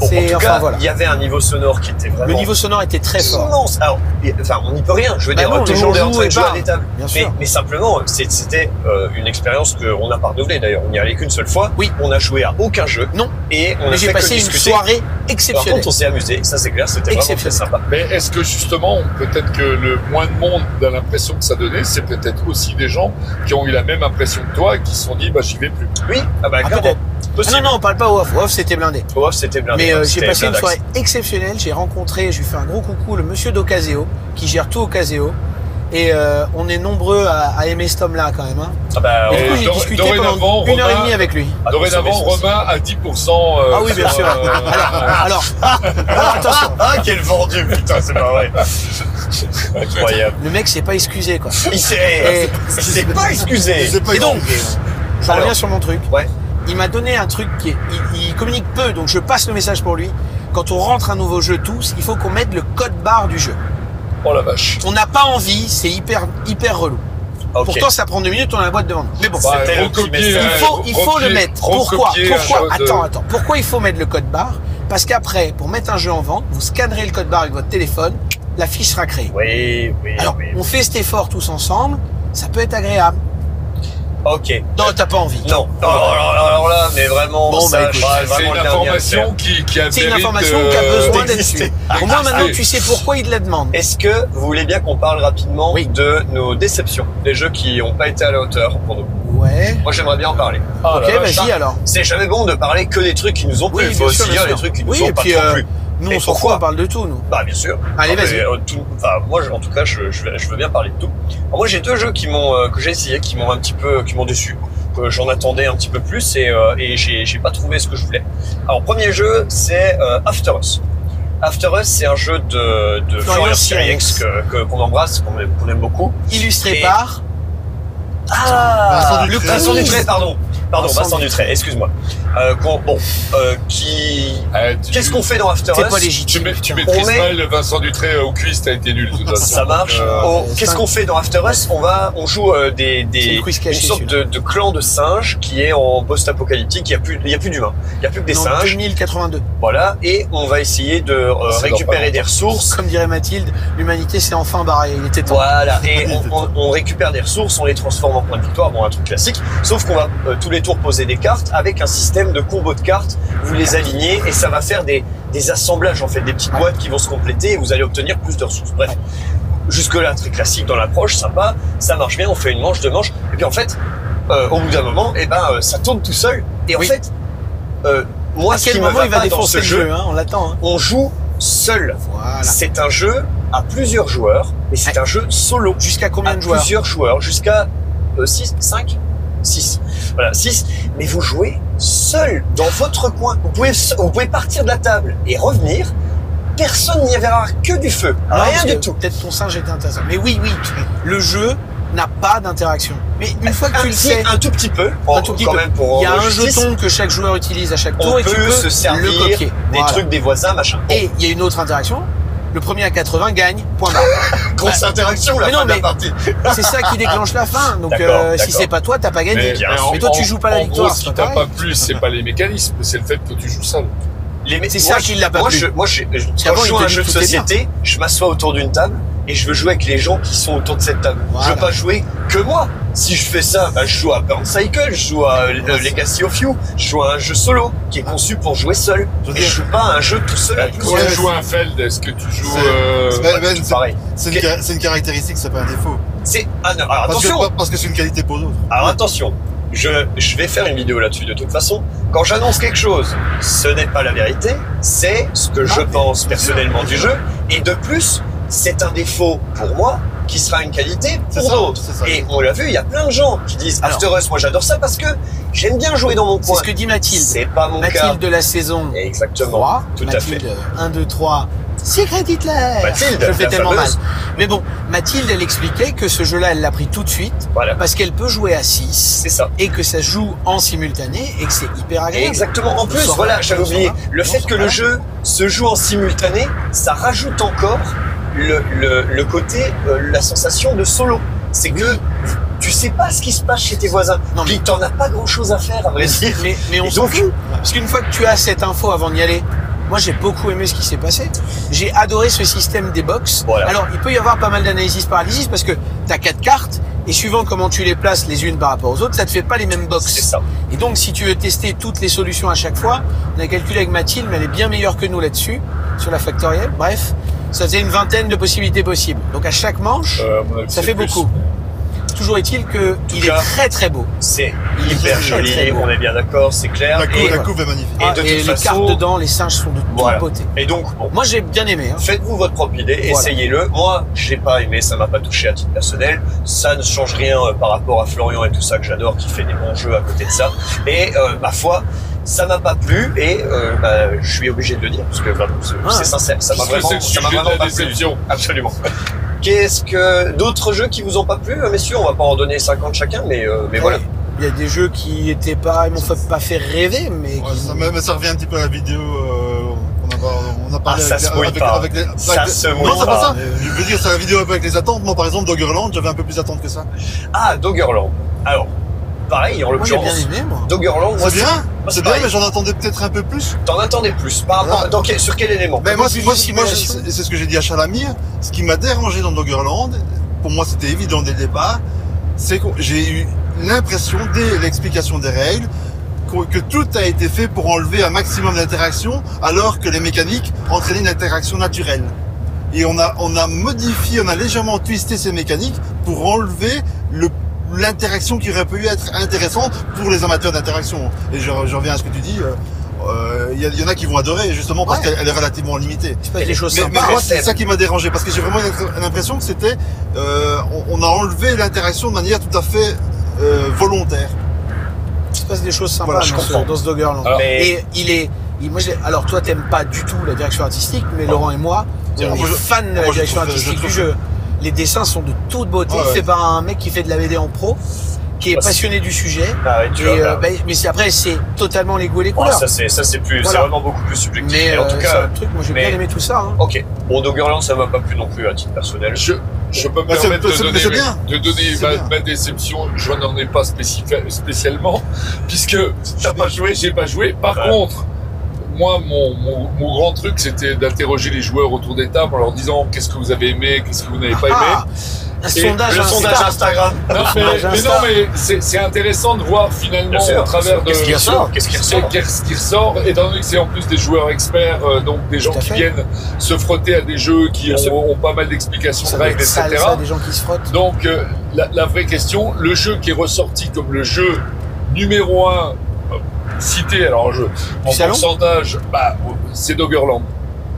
[SPEAKER 2] Bon, en
[SPEAKER 3] c'est.
[SPEAKER 2] tout
[SPEAKER 3] Enfin
[SPEAKER 2] cas,
[SPEAKER 3] voilà.
[SPEAKER 2] il y avait un niveau sonore qui était vraiment
[SPEAKER 3] Le niveau sonore était très fort.
[SPEAKER 2] immense. Alors, et- enfin, on n'y peut rien. Je veux
[SPEAKER 3] Bah
[SPEAKER 2] dire,
[SPEAKER 3] non,
[SPEAKER 2] tout le
[SPEAKER 3] les
[SPEAKER 2] monde
[SPEAKER 3] gens
[SPEAKER 2] est en
[SPEAKER 3] jouent
[SPEAKER 2] train
[SPEAKER 3] et
[SPEAKER 2] de jouer à
[SPEAKER 3] parlent.
[SPEAKER 2] des tables.
[SPEAKER 3] Bien
[SPEAKER 2] Mais,
[SPEAKER 3] sûr.
[SPEAKER 2] mais simplement, c'est- c'était euh, une expérience qu'on n'a pas renouvelée d'ailleurs. On n'y allait qu'une seule fois.
[SPEAKER 3] Oui.
[SPEAKER 2] On n'a joué à aucun jeu.
[SPEAKER 3] Non.
[SPEAKER 2] Et on a
[SPEAKER 3] Mais j'ai
[SPEAKER 2] fait que
[SPEAKER 3] passé une
[SPEAKER 2] discuter.
[SPEAKER 3] soirée
[SPEAKER 2] Par
[SPEAKER 3] exceptionnelle.
[SPEAKER 2] contre, on s'est amusé. Ça, c'est clair. C'était vraiment très
[SPEAKER 3] Exceptionnel.
[SPEAKER 2] sympa.
[SPEAKER 4] Mais est-ce que justement, peut-être que le moins de monde dans l'impression que ça donnait, c'est peut-être aussi des gens qui ont eu la même impression que toi et qui se sont dit, bah, j'y vais plus.
[SPEAKER 2] Oui. Ah bah,
[SPEAKER 3] Ah,
[SPEAKER 2] clairement.
[SPEAKER 3] peut-être. Ah
[SPEAKER 2] Possible.
[SPEAKER 3] non, non, on parle pas au off. Au off, c'était blindé.
[SPEAKER 2] Au off, c'était blindé.
[SPEAKER 3] Mais euh, j'ai
[SPEAKER 2] C'était
[SPEAKER 3] passé une
[SPEAKER 2] blindax.
[SPEAKER 3] soirée exceptionnelle. J'ai rencontré, je lui fais un gros coucou, le monsieur d'Ocaseo, qui gère tout Ocaseo. Et euh, on est nombreux à, à aimer cet homme-là quand même. Hein.
[SPEAKER 2] Ah bah,
[SPEAKER 3] Et
[SPEAKER 4] ouais.
[SPEAKER 3] du coup, j'ai
[SPEAKER 4] Dor-
[SPEAKER 3] discuté
[SPEAKER 4] dorénavant,
[SPEAKER 3] pendant une heure et
[SPEAKER 4] Romain-
[SPEAKER 3] demie avec lui.
[SPEAKER 2] on-
[SPEAKER 4] Dorénavant, Romain à 10%. euh,
[SPEAKER 3] Ah oui, bien
[SPEAKER 2] *laughs*
[SPEAKER 4] sur,
[SPEAKER 3] sûr.
[SPEAKER 4] euh,
[SPEAKER 3] *laughs* Alors, alors, attention,
[SPEAKER 2] Ah, quel vendu, putain, c'est pas vrai. *laughs* Incroyable.
[SPEAKER 3] le mec s'est pas excusé quoi.
[SPEAKER 2] Il s'est,
[SPEAKER 3] Et-
[SPEAKER 2] il s'est pas excusé.
[SPEAKER 5] je sais pas,
[SPEAKER 3] Et donc, je
[SPEAKER 2] Alors.
[SPEAKER 3] reviens sur mon truc.
[SPEAKER 2] Ouais.
[SPEAKER 3] Il m'a donné un truc qui est- il, il communique peu, donc je passe le message pour lui. Quand on rentre un nouveau jeu tous, il faut qu'on mette le code barre du jeu.
[SPEAKER 4] Oh la vache.
[SPEAKER 3] On n'a pas envie, c'est hyper hyper relou.
[SPEAKER 2] Ok.
[SPEAKER 3] Pourtant, ça prend deux minutes, on a la boîte devant nous. Mais bon.
[SPEAKER 4] Bah,
[SPEAKER 2] C'était le
[SPEAKER 4] recopier,
[SPEAKER 2] petit message.
[SPEAKER 3] Il
[SPEAKER 4] euh,
[SPEAKER 3] faut, il faut le
[SPEAKER 4] recopier-
[SPEAKER 3] mettre. Pourquoi
[SPEAKER 4] recopier la
[SPEAKER 3] Pourquoi
[SPEAKER 4] chose,
[SPEAKER 3] Attends,
[SPEAKER 4] euh,
[SPEAKER 3] attends. Pourquoi il faut mettre le code barre Parce qu'après, pour mettre un jeu en vente, vous scannerez le code barre avec votre téléphone, la fiche sera créée.
[SPEAKER 2] Oui, oui,
[SPEAKER 3] Alors,
[SPEAKER 2] oui.
[SPEAKER 3] on fait cet effort tous ensemble, ça peut être agréable.
[SPEAKER 2] Ok.
[SPEAKER 3] Non, t'as pas envie.
[SPEAKER 2] Non. Oh, alors, alors là, mais vraiment,
[SPEAKER 3] Bon,
[SPEAKER 2] ça,
[SPEAKER 3] bah, écoute,
[SPEAKER 2] je-
[SPEAKER 4] Ah, C'est
[SPEAKER 2] vraiment
[SPEAKER 4] une
[SPEAKER 2] le dernier à le faire.
[SPEAKER 4] information qui, qui a
[SPEAKER 3] C'est une
[SPEAKER 4] mérite, euh,
[SPEAKER 3] information qui a besoin d'être
[SPEAKER 2] d'exister.
[SPEAKER 3] suivie. Au moins, maintenant,
[SPEAKER 4] D'exister.
[SPEAKER 3] tu sais pourquoi il la demande.
[SPEAKER 2] Est-ce que vous voulez bien qu'on parle rapidement
[SPEAKER 3] Oui.
[SPEAKER 2] de nos déceptions, des jeux qui n'ont pas été à la hauteur pour nous
[SPEAKER 3] Ouais.
[SPEAKER 2] Moi, j'aimerais bien en parler.
[SPEAKER 4] Ah,
[SPEAKER 3] Ok,
[SPEAKER 4] la vache.
[SPEAKER 3] vas-y alors.
[SPEAKER 2] C'est jamais bon de parler que des trucs qui nous ont plu.
[SPEAKER 3] Oui,
[SPEAKER 2] Il faut
[SPEAKER 3] bien sûr,
[SPEAKER 2] aussi
[SPEAKER 3] bien
[SPEAKER 2] dire les
[SPEAKER 3] sûr.
[SPEAKER 2] trucs qui nous
[SPEAKER 3] Oui,
[SPEAKER 2] ont
[SPEAKER 3] et
[SPEAKER 2] pas
[SPEAKER 3] puis,
[SPEAKER 2] trop
[SPEAKER 3] euh,
[SPEAKER 2] plu.
[SPEAKER 3] Nous,
[SPEAKER 2] Et
[SPEAKER 3] on s'en fout,
[SPEAKER 2] pourquoi
[SPEAKER 3] on parle de tout, nous.
[SPEAKER 2] Bah, bien sûr.
[SPEAKER 3] Allez,
[SPEAKER 2] Ah,
[SPEAKER 3] vas-y.
[SPEAKER 2] mais, euh, tout- Enfin, moi, je- en tout cas, je, je, je veux bien parler de tout. Alors, moi, j'ai deux jeux qui m'ont euh, que j'ai essayé, qui m'ont un petit peu, qui m'ont déçu. Que j'en attendais un petit peu plus et, euh, et j'ai, j'ai pas trouvé ce que je voulais. Alors, premier jeu, c'est euh, After Us. After Us, c'est un jeu de, de Florian Siriex que, que- qu'on embrasse, qu'on aime, qu'on aime beaucoup.
[SPEAKER 3] Illustré
[SPEAKER 2] Et-
[SPEAKER 3] par.
[SPEAKER 2] Ah,
[SPEAKER 5] Vincent Dupré.
[SPEAKER 2] Vincent Dupré, pardon. pardon,
[SPEAKER 3] Vincent
[SPEAKER 2] Vincent Dutray, excuse-moi. Euh, qu'on- bon, euh, qui...
[SPEAKER 4] Euh, tu-
[SPEAKER 2] Qu'est-ce qu'on fait dans After
[SPEAKER 3] T'es
[SPEAKER 2] Us
[SPEAKER 3] pas
[SPEAKER 4] Tu,
[SPEAKER 3] légitime.
[SPEAKER 4] mets, tu
[SPEAKER 3] putain.
[SPEAKER 4] maîtrises
[SPEAKER 2] On est-
[SPEAKER 4] mal Vincent Dutré euh, au cuisse, t'as été nul. de
[SPEAKER 3] *laughs*
[SPEAKER 4] toute façon.
[SPEAKER 2] Ça marche.
[SPEAKER 4] Euh,
[SPEAKER 2] Oh,
[SPEAKER 3] c'est
[SPEAKER 2] Qu'est-ce
[SPEAKER 3] ça.
[SPEAKER 2] qu'on fait dans After Us On va, on joue euh, des,
[SPEAKER 3] C'est
[SPEAKER 2] des
[SPEAKER 3] une quiz
[SPEAKER 2] une
[SPEAKER 3] cachée,
[SPEAKER 2] sorte
[SPEAKER 3] celui-là.
[SPEAKER 2] de, de clan de singes qui est en post-apocalyptique. Il y a plus, il y a plus d'humains. Il y a plus que des
[SPEAKER 3] Non,
[SPEAKER 2] singes.
[SPEAKER 3] 2082.
[SPEAKER 2] Voilà. Et on va essayer de euh,
[SPEAKER 4] C'est dans pas
[SPEAKER 2] récupérer
[SPEAKER 4] longtemps.
[SPEAKER 2] des ressources.
[SPEAKER 3] Comme dirait Mathilde, l'humanité s'est enfin barrée. Il était temps.
[SPEAKER 2] Voilà. Et on, on- on récupère des ressources, on les transforme en points de victoire. Bon, un truc classique. Sauf qu'on va euh, tous les tours poser des cartes avec un système de combo de cartes. Vous les alignez et ça va faire des, des assemblages en fait, des petites boîtes qui vont se compléter et vous allez obtenir plus de ressources. Bref. Jusque-là, très classique dans l'approche, sympa, ça marche bien, on fait une manche, deux manches, et puis en fait, euh, au bout d'un moment, eh ben, euh, ça tourne tout seul, et en
[SPEAKER 3] Oui.
[SPEAKER 2] fait, euh, moi,
[SPEAKER 3] à
[SPEAKER 2] ce qui
[SPEAKER 3] quel
[SPEAKER 2] me
[SPEAKER 3] moment
[SPEAKER 2] va
[SPEAKER 3] il va
[SPEAKER 2] pas dans
[SPEAKER 3] défoncer
[SPEAKER 2] ce
[SPEAKER 3] le
[SPEAKER 2] jeu,
[SPEAKER 3] jeu hein, On l'attend. hein.
[SPEAKER 2] on joue seul.
[SPEAKER 3] Voilà.
[SPEAKER 2] C'est un jeu à plusieurs joueurs, mais c'est
[SPEAKER 3] Ouais.
[SPEAKER 2] un jeu solo.
[SPEAKER 3] Jusqu'à combien
[SPEAKER 2] à
[SPEAKER 3] de joueurs
[SPEAKER 2] plusieurs joueurs, jusqu'à euh, 6, 5, 6. Voilà, 6. Mais vous jouez seul, dans votre coin. Vous pouvez, se- vous pouvez partir de la table et revenir. Personne n'y verra que du feu.
[SPEAKER 3] Ah,
[SPEAKER 2] rien
[SPEAKER 3] parce
[SPEAKER 2] du
[SPEAKER 3] que
[SPEAKER 2] tout.
[SPEAKER 3] Peut-être ton singe était intéressant. Mais oui, oui, le jeu n'a pas d'interaction. Mais une fois que
[SPEAKER 2] un,
[SPEAKER 3] tu le
[SPEAKER 2] petit-
[SPEAKER 3] sais,
[SPEAKER 2] un tout petit peu, en-
[SPEAKER 3] tout petit
[SPEAKER 2] quand
[SPEAKER 3] peu.
[SPEAKER 2] même pour
[SPEAKER 3] il y a
[SPEAKER 2] rendre
[SPEAKER 3] un
[SPEAKER 2] justice,
[SPEAKER 3] jeton que chaque joueur utilise à chaque
[SPEAKER 2] Oh, On
[SPEAKER 3] tour et tu
[SPEAKER 2] peut
[SPEAKER 3] peux
[SPEAKER 2] se servir
[SPEAKER 3] le copier.
[SPEAKER 2] des
[SPEAKER 3] Voilà.
[SPEAKER 2] trucs des voisins, machin.
[SPEAKER 3] Et il y a une autre interaction. Le premier à 80 gagne, point barre.
[SPEAKER 2] grosse interaction
[SPEAKER 3] mais
[SPEAKER 2] la
[SPEAKER 3] non,
[SPEAKER 2] fin de la
[SPEAKER 3] mais-
[SPEAKER 2] partie.
[SPEAKER 3] C'est ça qui déclenche la fin. Donc
[SPEAKER 2] D'accord,
[SPEAKER 3] euh, si
[SPEAKER 2] d'accord.
[SPEAKER 3] c'est pas toi, t'as pas gagné.
[SPEAKER 4] mais,
[SPEAKER 2] bien
[SPEAKER 4] mais
[SPEAKER 2] sûr.
[SPEAKER 4] en-
[SPEAKER 3] Mais toi, tu
[SPEAKER 4] en-
[SPEAKER 3] joues pas la
[SPEAKER 4] en
[SPEAKER 3] victoire,
[SPEAKER 4] Gros,
[SPEAKER 3] c'est
[SPEAKER 4] ce
[SPEAKER 3] pas
[SPEAKER 4] qui t'a
[SPEAKER 3] pareil.
[SPEAKER 4] pas plu, c'est pas les mécanismes, c'est le fait que tu joues seul.
[SPEAKER 2] Les mé-
[SPEAKER 3] C'est
[SPEAKER 2] moi,
[SPEAKER 3] ça
[SPEAKER 2] je-
[SPEAKER 3] qui l'a pas
[SPEAKER 2] Moi,
[SPEAKER 3] plu.
[SPEAKER 2] je, moi, je, je- quand
[SPEAKER 3] bah qu'avant,
[SPEAKER 2] je
[SPEAKER 3] il
[SPEAKER 2] joue à
[SPEAKER 3] te
[SPEAKER 2] un
[SPEAKER 3] dit
[SPEAKER 2] jeu de
[SPEAKER 3] tout est bien.
[SPEAKER 2] société, je m'assois autour d'une table et je veux jouer avec les gens qui sont autour de cette table. Je
[SPEAKER 3] Voilà.
[SPEAKER 2] veux pas jouer que moi. Si je fais ça, bah, je joue à Burn Cycle, je joue à euh, euh, Legacy of You, je joue à un jeu solo qui est conçu pour jouer seul.
[SPEAKER 5] Je veux
[SPEAKER 2] Et
[SPEAKER 5] dire-
[SPEAKER 2] je joue pas à un jeu tout seul.
[SPEAKER 4] Quand
[SPEAKER 2] avec moi.
[SPEAKER 4] tu joues à un Feld, est-ce que tu joues.
[SPEAKER 5] C'est-
[SPEAKER 4] euh,
[SPEAKER 5] c'est
[SPEAKER 2] Ouais,
[SPEAKER 5] Ben,
[SPEAKER 2] c'est
[SPEAKER 5] c'est-
[SPEAKER 2] pareil.
[SPEAKER 5] C'est une, car- c'est une caractéristique, c'est pas un défaut.
[SPEAKER 2] C'est ah non, alors,
[SPEAKER 5] Parce que-
[SPEAKER 2] attention.
[SPEAKER 5] parce que c'est une qualité pour d'autres.
[SPEAKER 2] Alors attention, je, je vais faire une vidéo là-dessus de toute façon. Quand j'annonce quelque chose, ce n'est pas la vérité, c'est ce que
[SPEAKER 3] Ah,
[SPEAKER 2] je pense personnellement du jeu. Et de plus, c'est un défaut pour moi qui sera une qualité
[SPEAKER 5] C'est
[SPEAKER 2] pour
[SPEAKER 5] ça,
[SPEAKER 2] d'autres.
[SPEAKER 5] c'est ça.
[SPEAKER 2] Et on l'a vu, il y a plein de gens qui disent
[SPEAKER 3] Alors.
[SPEAKER 2] After Us, moi j'adore ça parce que j'aime bien jouer dans mon
[SPEAKER 3] C'est
[SPEAKER 2] coin.
[SPEAKER 3] ce que dit Mathilde.
[SPEAKER 2] C'est pas mon
[SPEAKER 3] Mathilde de la saison
[SPEAKER 2] cas. Exactement.
[SPEAKER 3] 3.
[SPEAKER 2] tout à
[SPEAKER 3] Mathilde, 1, 2, 3. Secret Hitler
[SPEAKER 2] Mathilde,
[SPEAKER 3] Je fais
[SPEAKER 2] la
[SPEAKER 3] tellement
[SPEAKER 2] fameuse.
[SPEAKER 3] mal. Mais bon, Mathilde, elle expliquait que ce jeu-là, elle l'a pris tout de suite
[SPEAKER 2] Voilà,
[SPEAKER 3] parce qu'elle peut jouer à 6
[SPEAKER 2] c'est ça.
[SPEAKER 3] et que ça se joue en simultané et que c'est hyper agréable.
[SPEAKER 2] Exactement. En
[SPEAKER 3] Nous
[SPEAKER 2] plus,
[SPEAKER 3] sommes
[SPEAKER 2] voilà,
[SPEAKER 3] là,
[SPEAKER 2] j'avais
[SPEAKER 3] nous
[SPEAKER 2] oublié.
[SPEAKER 3] sommes là,
[SPEAKER 2] Le
[SPEAKER 3] nous
[SPEAKER 2] fait
[SPEAKER 3] sommes
[SPEAKER 2] que le
[SPEAKER 3] là.
[SPEAKER 2] jeu se joue en simultané, ça rajoute encore le, le, le côté, euh, la sensation de solo. C'est que tu sais pas ce qui se passe chez tes voisins.
[SPEAKER 3] Non, mais-
[SPEAKER 2] Puis t'en as pas grand chose à faire, à vrai dire.
[SPEAKER 3] Mais, mais on
[SPEAKER 2] Et
[SPEAKER 3] s'en
[SPEAKER 2] donc-
[SPEAKER 3] fout. Parce qu'une fois que tu as cette info avant d'y aller, moi j'ai beaucoup aimé ce qui s'est passé. J'ai adoré ce système des box.
[SPEAKER 2] Voilà.
[SPEAKER 3] Alors il peut y avoir pas mal d'analysis paralysis parce que tu as quatre cartes et suivant comment tu les places les unes par rapport aux autres, ça te fait pas les mêmes
[SPEAKER 2] C'est
[SPEAKER 3] box.
[SPEAKER 2] ça.
[SPEAKER 3] Et donc si tu veux tester toutes les solutions à chaque fois, on a calculé avec Mathilde, mais elle est bien meilleure que nous là-dessus, sur la factorielle. Bref, ça faisait une vingtaine de possibilités possibles. Donc à chaque manche,
[SPEAKER 4] euh, à mon avis,
[SPEAKER 3] ça
[SPEAKER 4] c'est
[SPEAKER 3] fait
[SPEAKER 4] plus.
[SPEAKER 3] beaucoup. Toujours est-il que il
[SPEAKER 2] cas-
[SPEAKER 3] est très très beau.
[SPEAKER 2] C'est
[SPEAKER 3] Il est
[SPEAKER 2] hyper
[SPEAKER 3] très,
[SPEAKER 2] joli.
[SPEAKER 3] très beau.
[SPEAKER 2] On est bien d'accord, c'est clair.
[SPEAKER 5] La, cou-
[SPEAKER 2] Et,
[SPEAKER 5] la couve est magnifique.
[SPEAKER 2] et
[SPEAKER 3] Ah,
[SPEAKER 2] de
[SPEAKER 3] et les
[SPEAKER 2] toute façon.
[SPEAKER 3] cartes dedans, les singes sont de toute
[SPEAKER 2] Voilà.
[SPEAKER 3] beauté.
[SPEAKER 2] Et donc, bon.
[SPEAKER 3] Moi j'ai bien aimé. Hein.
[SPEAKER 2] Faites-vous votre propre idée,
[SPEAKER 3] Voilà.
[SPEAKER 2] essayez-le. Moi, j'ai pas aimé, ça m'a pas touché à titre personnel. Ça ne change rien euh, par rapport à Florian et tout ça que j'adore, qui fait des bons jeux à côté de ça. Et euh, ma foi, ça m'a pas plu et euh, bah, je suis obligé de le dire parce que bah, c'est
[SPEAKER 3] Ah.
[SPEAKER 2] c'est sincère, ça m'a
[SPEAKER 4] Parce que
[SPEAKER 2] vraiment,
[SPEAKER 4] c'est le
[SPEAKER 2] ça m'a
[SPEAKER 4] sujet de
[SPEAKER 2] vraiment
[SPEAKER 4] la
[SPEAKER 2] pas plu.
[SPEAKER 4] déception.
[SPEAKER 2] Absolument. Qu'est-ce que d'autres jeux qui vous ont pas plu, euh, messieurs On va pas en donner 50 chacun, mais euh, mais voilà.
[SPEAKER 3] Ouais. Il y a des jeux qui étaient pas, ils m'ont fait- pas fait rêver, mais
[SPEAKER 5] Ouais,
[SPEAKER 3] qui-
[SPEAKER 5] ça, mais, mais ça revient un petit peu à la vidéo. euh, on, a, par- on a parlé
[SPEAKER 2] Ah, ça
[SPEAKER 5] avec,
[SPEAKER 2] se mouille
[SPEAKER 5] avec-
[SPEAKER 2] pas.
[SPEAKER 5] avec les.
[SPEAKER 2] Ça
[SPEAKER 5] avec-
[SPEAKER 2] se mouille
[SPEAKER 5] non, c'est
[SPEAKER 2] pas.
[SPEAKER 5] pas ça. Je veux dire, c'est la vidéo un peu avec les attentes. Moi, par exemple, Doggerland, j'avais un peu plus d'attentes que ça.
[SPEAKER 2] Ah, Doggerland. Alors, pareil en
[SPEAKER 3] moi j'ai bien
[SPEAKER 2] l'occurrence.
[SPEAKER 3] aimé moi.
[SPEAKER 2] Doggerland, moi,
[SPEAKER 5] C'est bien, c'est bien,
[SPEAKER 2] pareil.
[SPEAKER 5] mais j'en attendais peut-être un peu plus.
[SPEAKER 2] T'en attendais plus
[SPEAKER 3] Ah.
[SPEAKER 2] par rapport
[SPEAKER 5] Voilà.
[SPEAKER 2] dans quel- sur quel élément
[SPEAKER 5] Mais moi,
[SPEAKER 3] plus
[SPEAKER 5] c'est-
[SPEAKER 3] de
[SPEAKER 5] moi, c'est- moi,
[SPEAKER 3] simulation.
[SPEAKER 5] c'est c'est ce que j'ai dit à Chalamir. Ce qui m'a dérangé dans Doggerland, pour moi, c'était évident dès le départ, c'est que j'ai eu l'impression, dès l'explication des règles, qu'o- que tout a été fait pour enlever un maximum d'interaction, alors que les mécaniques entraînaient une interaction naturelle. Et on a, on a modifié, on a légèrement twisté ces mécaniques pour enlever le l'interaction qui aurait pu être intéressante pour les amateurs d'interaction. Et je, je reviens à ce que tu dis, euh, euh, il y, a- il y en a qui vont adorer justement parce
[SPEAKER 3] Ouais.
[SPEAKER 5] qu'elle elle est relativement limitée.
[SPEAKER 3] C'est pas des choses
[SPEAKER 5] Mais, mais
[SPEAKER 3] sympas.
[SPEAKER 5] moi,
[SPEAKER 2] Restez.
[SPEAKER 5] c'est ça qui m'a dérangé parce que j'ai vraiment l'impression que c'était, euh, on, on a enlevé l'interaction de manière tout à fait euh, volontaire.
[SPEAKER 3] Il se passe des choses sympas
[SPEAKER 5] Voilà, je
[SPEAKER 3] dans, ce,
[SPEAKER 5] comprends.
[SPEAKER 3] dans ce Doggerland.
[SPEAKER 4] Alors,
[SPEAKER 2] Mais-
[SPEAKER 3] Et il est, il- moi, je l'ai- alors toi t'aimes pas du tout la direction artistique, mais Laurent et moi, on
[SPEAKER 5] Moi,
[SPEAKER 3] est
[SPEAKER 5] je-
[SPEAKER 3] fans de la
[SPEAKER 5] moi, je
[SPEAKER 3] direction
[SPEAKER 5] trouve- je
[SPEAKER 3] artistique du
[SPEAKER 5] trouve-
[SPEAKER 3] jeu. Les dessins sont de toute beauté,
[SPEAKER 5] Ouais, ouais.
[SPEAKER 3] faits par un mec qui fait de la BD en pro, qui est
[SPEAKER 2] Parce-
[SPEAKER 3] passionné du sujet.
[SPEAKER 2] Ah ouais,
[SPEAKER 3] Et,
[SPEAKER 2] tu vois,
[SPEAKER 3] euh,
[SPEAKER 2] là.
[SPEAKER 3] bah, mais c'est- après, c'est totalement les goûts et les
[SPEAKER 2] Ah,
[SPEAKER 3] couleurs.
[SPEAKER 2] ça c'est ça c'est plus
[SPEAKER 3] Voilà.
[SPEAKER 2] c'est vraiment beaucoup plus subjectif.
[SPEAKER 3] mais
[SPEAKER 2] Mais en
[SPEAKER 3] euh,
[SPEAKER 2] tout
[SPEAKER 3] c'est
[SPEAKER 2] cas,
[SPEAKER 3] un truc, moi j'ai
[SPEAKER 2] mais-
[SPEAKER 3] bien aimé tout ça. hein.
[SPEAKER 2] ok. Bon, Doggerland ça m'a pas plu non plus à titre personnel.
[SPEAKER 4] Je, je peux me
[SPEAKER 5] Bah, c'est-
[SPEAKER 4] permettre de
[SPEAKER 5] c'est-
[SPEAKER 4] donner,
[SPEAKER 5] c'est bien.
[SPEAKER 4] de donner
[SPEAKER 5] C'est
[SPEAKER 4] ma,
[SPEAKER 5] bien.
[SPEAKER 4] ma déception. Je n'en ai pas spécifi- spécialement, puisque t'as pas joué, j'ai pas joué. Par
[SPEAKER 2] Ouais.
[SPEAKER 4] contre, moi, mon, mon, mon grand truc, c'était d'interroger les joueurs autour des tables en leur disant qu'est-ce que vous avez aimé, qu'est-ce que vous n'avez pas aimé.
[SPEAKER 3] Ah, un sondage,
[SPEAKER 2] le
[SPEAKER 3] Insta.
[SPEAKER 2] sondage Instagram.
[SPEAKER 4] Non, mais,
[SPEAKER 3] sondage
[SPEAKER 4] mais
[SPEAKER 3] Insta.
[SPEAKER 4] non, mais c'est c'est intéressant de voir finalement
[SPEAKER 2] Bien sûr.
[SPEAKER 4] au travers de
[SPEAKER 2] Qu'est-ce qui
[SPEAKER 3] Bien sûr.
[SPEAKER 2] ressort Qu'est-ce qui
[SPEAKER 4] c'est
[SPEAKER 2] ressort
[SPEAKER 4] qu'est-ce qui ressort, étant donné que c'est en plus des joueurs experts, euh, donc des gens
[SPEAKER 3] Tout à
[SPEAKER 4] qui
[SPEAKER 3] fait.
[SPEAKER 4] viennent se frotter à des jeux qui
[SPEAKER 2] Bien sûr.
[SPEAKER 4] ont, ont pas mal d'explications
[SPEAKER 3] Ça
[SPEAKER 4] de
[SPEAKER 3] doit
[SPEAKER 4] règles,
[SPEAKER 3] être
[SPEAKER 4] etc.
[SPEAKER 3] sale, ça, des gens qui se frottent.
[SPEAKER 4] Donc euh, la, la vraie question, le jeu qui est ressorti comme le jeu numéro un euh, cité, alors je, en
[SPEAKER 3] salon
[SPEAKER 4] pourcentage, bah, c'est Doggerland.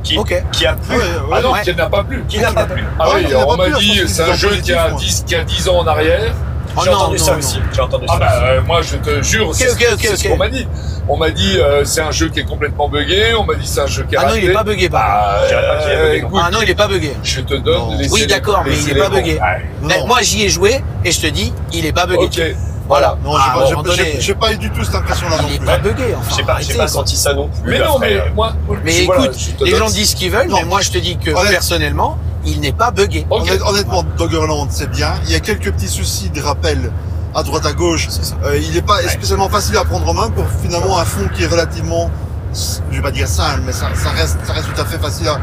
[SPEAKER 2] Qui,
[SPEAKER 3] Ok.
[SPEAKER 2] qui a plu
[SPEAKER 5] Ouais, ouais.
[SPEAKER 4] Ah non,
[SPEAKER 3] ouais.
[SPEAKER 4] qui n'a pas plu.
[SPEAKER 2] Qui n'a pas plu
[SPEAKER 4] Ah
[SPEAKER 5] Ah
[SPEAKER 4] oui,
[SPEAKER 5] oui, il n'a
[SPEAKER 4] on
[SPEAKER 5] pas
[SPEAKER 4] m'a
[SPEAKER 5] plu, à cause
[SPEAKER 4] dit,
[SPEAKER 5] qu'ils
[SPEAKER 4] c'est
[SPEAKER 5] sont
[SPEAKER 4] un jeu qui a,
[SPEAKER 5] positifs, moi.
[SPEAKER 4] 10, qui a 10 ans en arrière.
[SPEAKER 3] Oh
[SPEAKER 2] J'ai
[SPEAKER 3] non,
[SPEAKER 2] entendu
[SPEAKER 3] non,
[SPEAKER 2] ça
[SPEAKER 3] non.
[SPEAKER 2] aussi. J'ai entendu
[SPEAKER 4] Ah
[SPEAKER 2] ça.
[SPEAKER 4] bah
[SPEAKER 2] aussi.
[SPEAKER 4] euh, moi je te jure, c'est
[SPEAKER 3] ok, ok,
[SPEAKER 4] c'est ce
[SPEAKER 3] ok.
[SPEAKER 4] qu'on m'a dit. On m'a dit euh, c'est un jeu qui est complètement buggé, on m'a dit c'est un jeu qui est
[SPEAKER 3] Ah non, il
[SPEAKER 4] raté.
[SPEAKER 3] est pas bugué, par
[SPEAKER 4] Bah,
[SPEAKER 2] Je dirais pas qu'il est
[SPEAKER 4] euh,
[SPEAKER 2] buggé, non.
[SPEAKER 4] écoute,
[SPEAKER 3] contre. Ah non, il est pas bugué.
[SPEAKER 4] je te donne
[SPEAKER 5] Non.
[SPEAKER 4] les
[SPEAKER 3] Oui,
[SPEAKER 4] éléments-
[SPEAKER 3] d'accord, mais
[SPEAKER 4] les
[SPEAKER 3] il est pas
[SPEAKER 4] éléments.
[SPEAKER 3] buggé.
[SPEAKER 4] Ouais.
[SPEAKER 3] Mais
[SPEAKER 5] Non,
[SPEAKER 3] Moi, j'y ai joué et je te dis, il est pas bugué.
[SPEAKER 4] Ok.
[SPEAKER 3] Voilà.
[SPEAKER 5] non, j'ai
[SPEAKER 3] Ah, à un
[SPEAKER 5] pas- j'ai
[SPEAKER 3] moment
[SPEAKER 5] pas, j'ai-
[SPEAKER 3] donné,
[SPEAKER 5] j'ai pas eu du tout cette impression-là non
[SPEAKER 3] il est
[SPEAKER 5] plus.
[SPEAKER 3] pas bugué. Enfin,
[SPEAKER 2] J'ai pas, j'ai
[SPEAKER 3] arrêtez,
[SPEAKER 2] pas
[SPEAKER 3] quoi.
[SPEAKER 2] senti ça non plus.
[SPEAKER 4] Mais non,
[SPEAKER 2] après, euh,
[SPEAKER 4] mais moi,
[SPEAKER 3] Mais
[SPEAKER 4] voilà,
[SPEAKER 3] écoute,
[SPEAKER 4] je te
[SPEAKER 3] les
[SPEAKER 4] donne-
[SPEAKER 3] gens disent ce qu'ils veulent,
[SPEAKER 5] Non.
[SPEAKER 3] mais moi je te dis que
[SPEAKER 5] Honnête-
[SPEAKER 3] personnellement, il n'est pas buggé.
[SPEAKER 4] Ok.
[SPEAKER 5] Honnête- Honnêtement, Doggerland, c'est bien. Il y a quelques petits soucis de rappel à droite à gauche.
[SPEAKER 3] C'est ça.
[SPEAKER 5] Euh, il n'est pas spécialement facile à prendre en main pour finalement un fond qui est relativement, je vais pas dire simple, mais ça, ça reste, ça reste tout à fait facile à.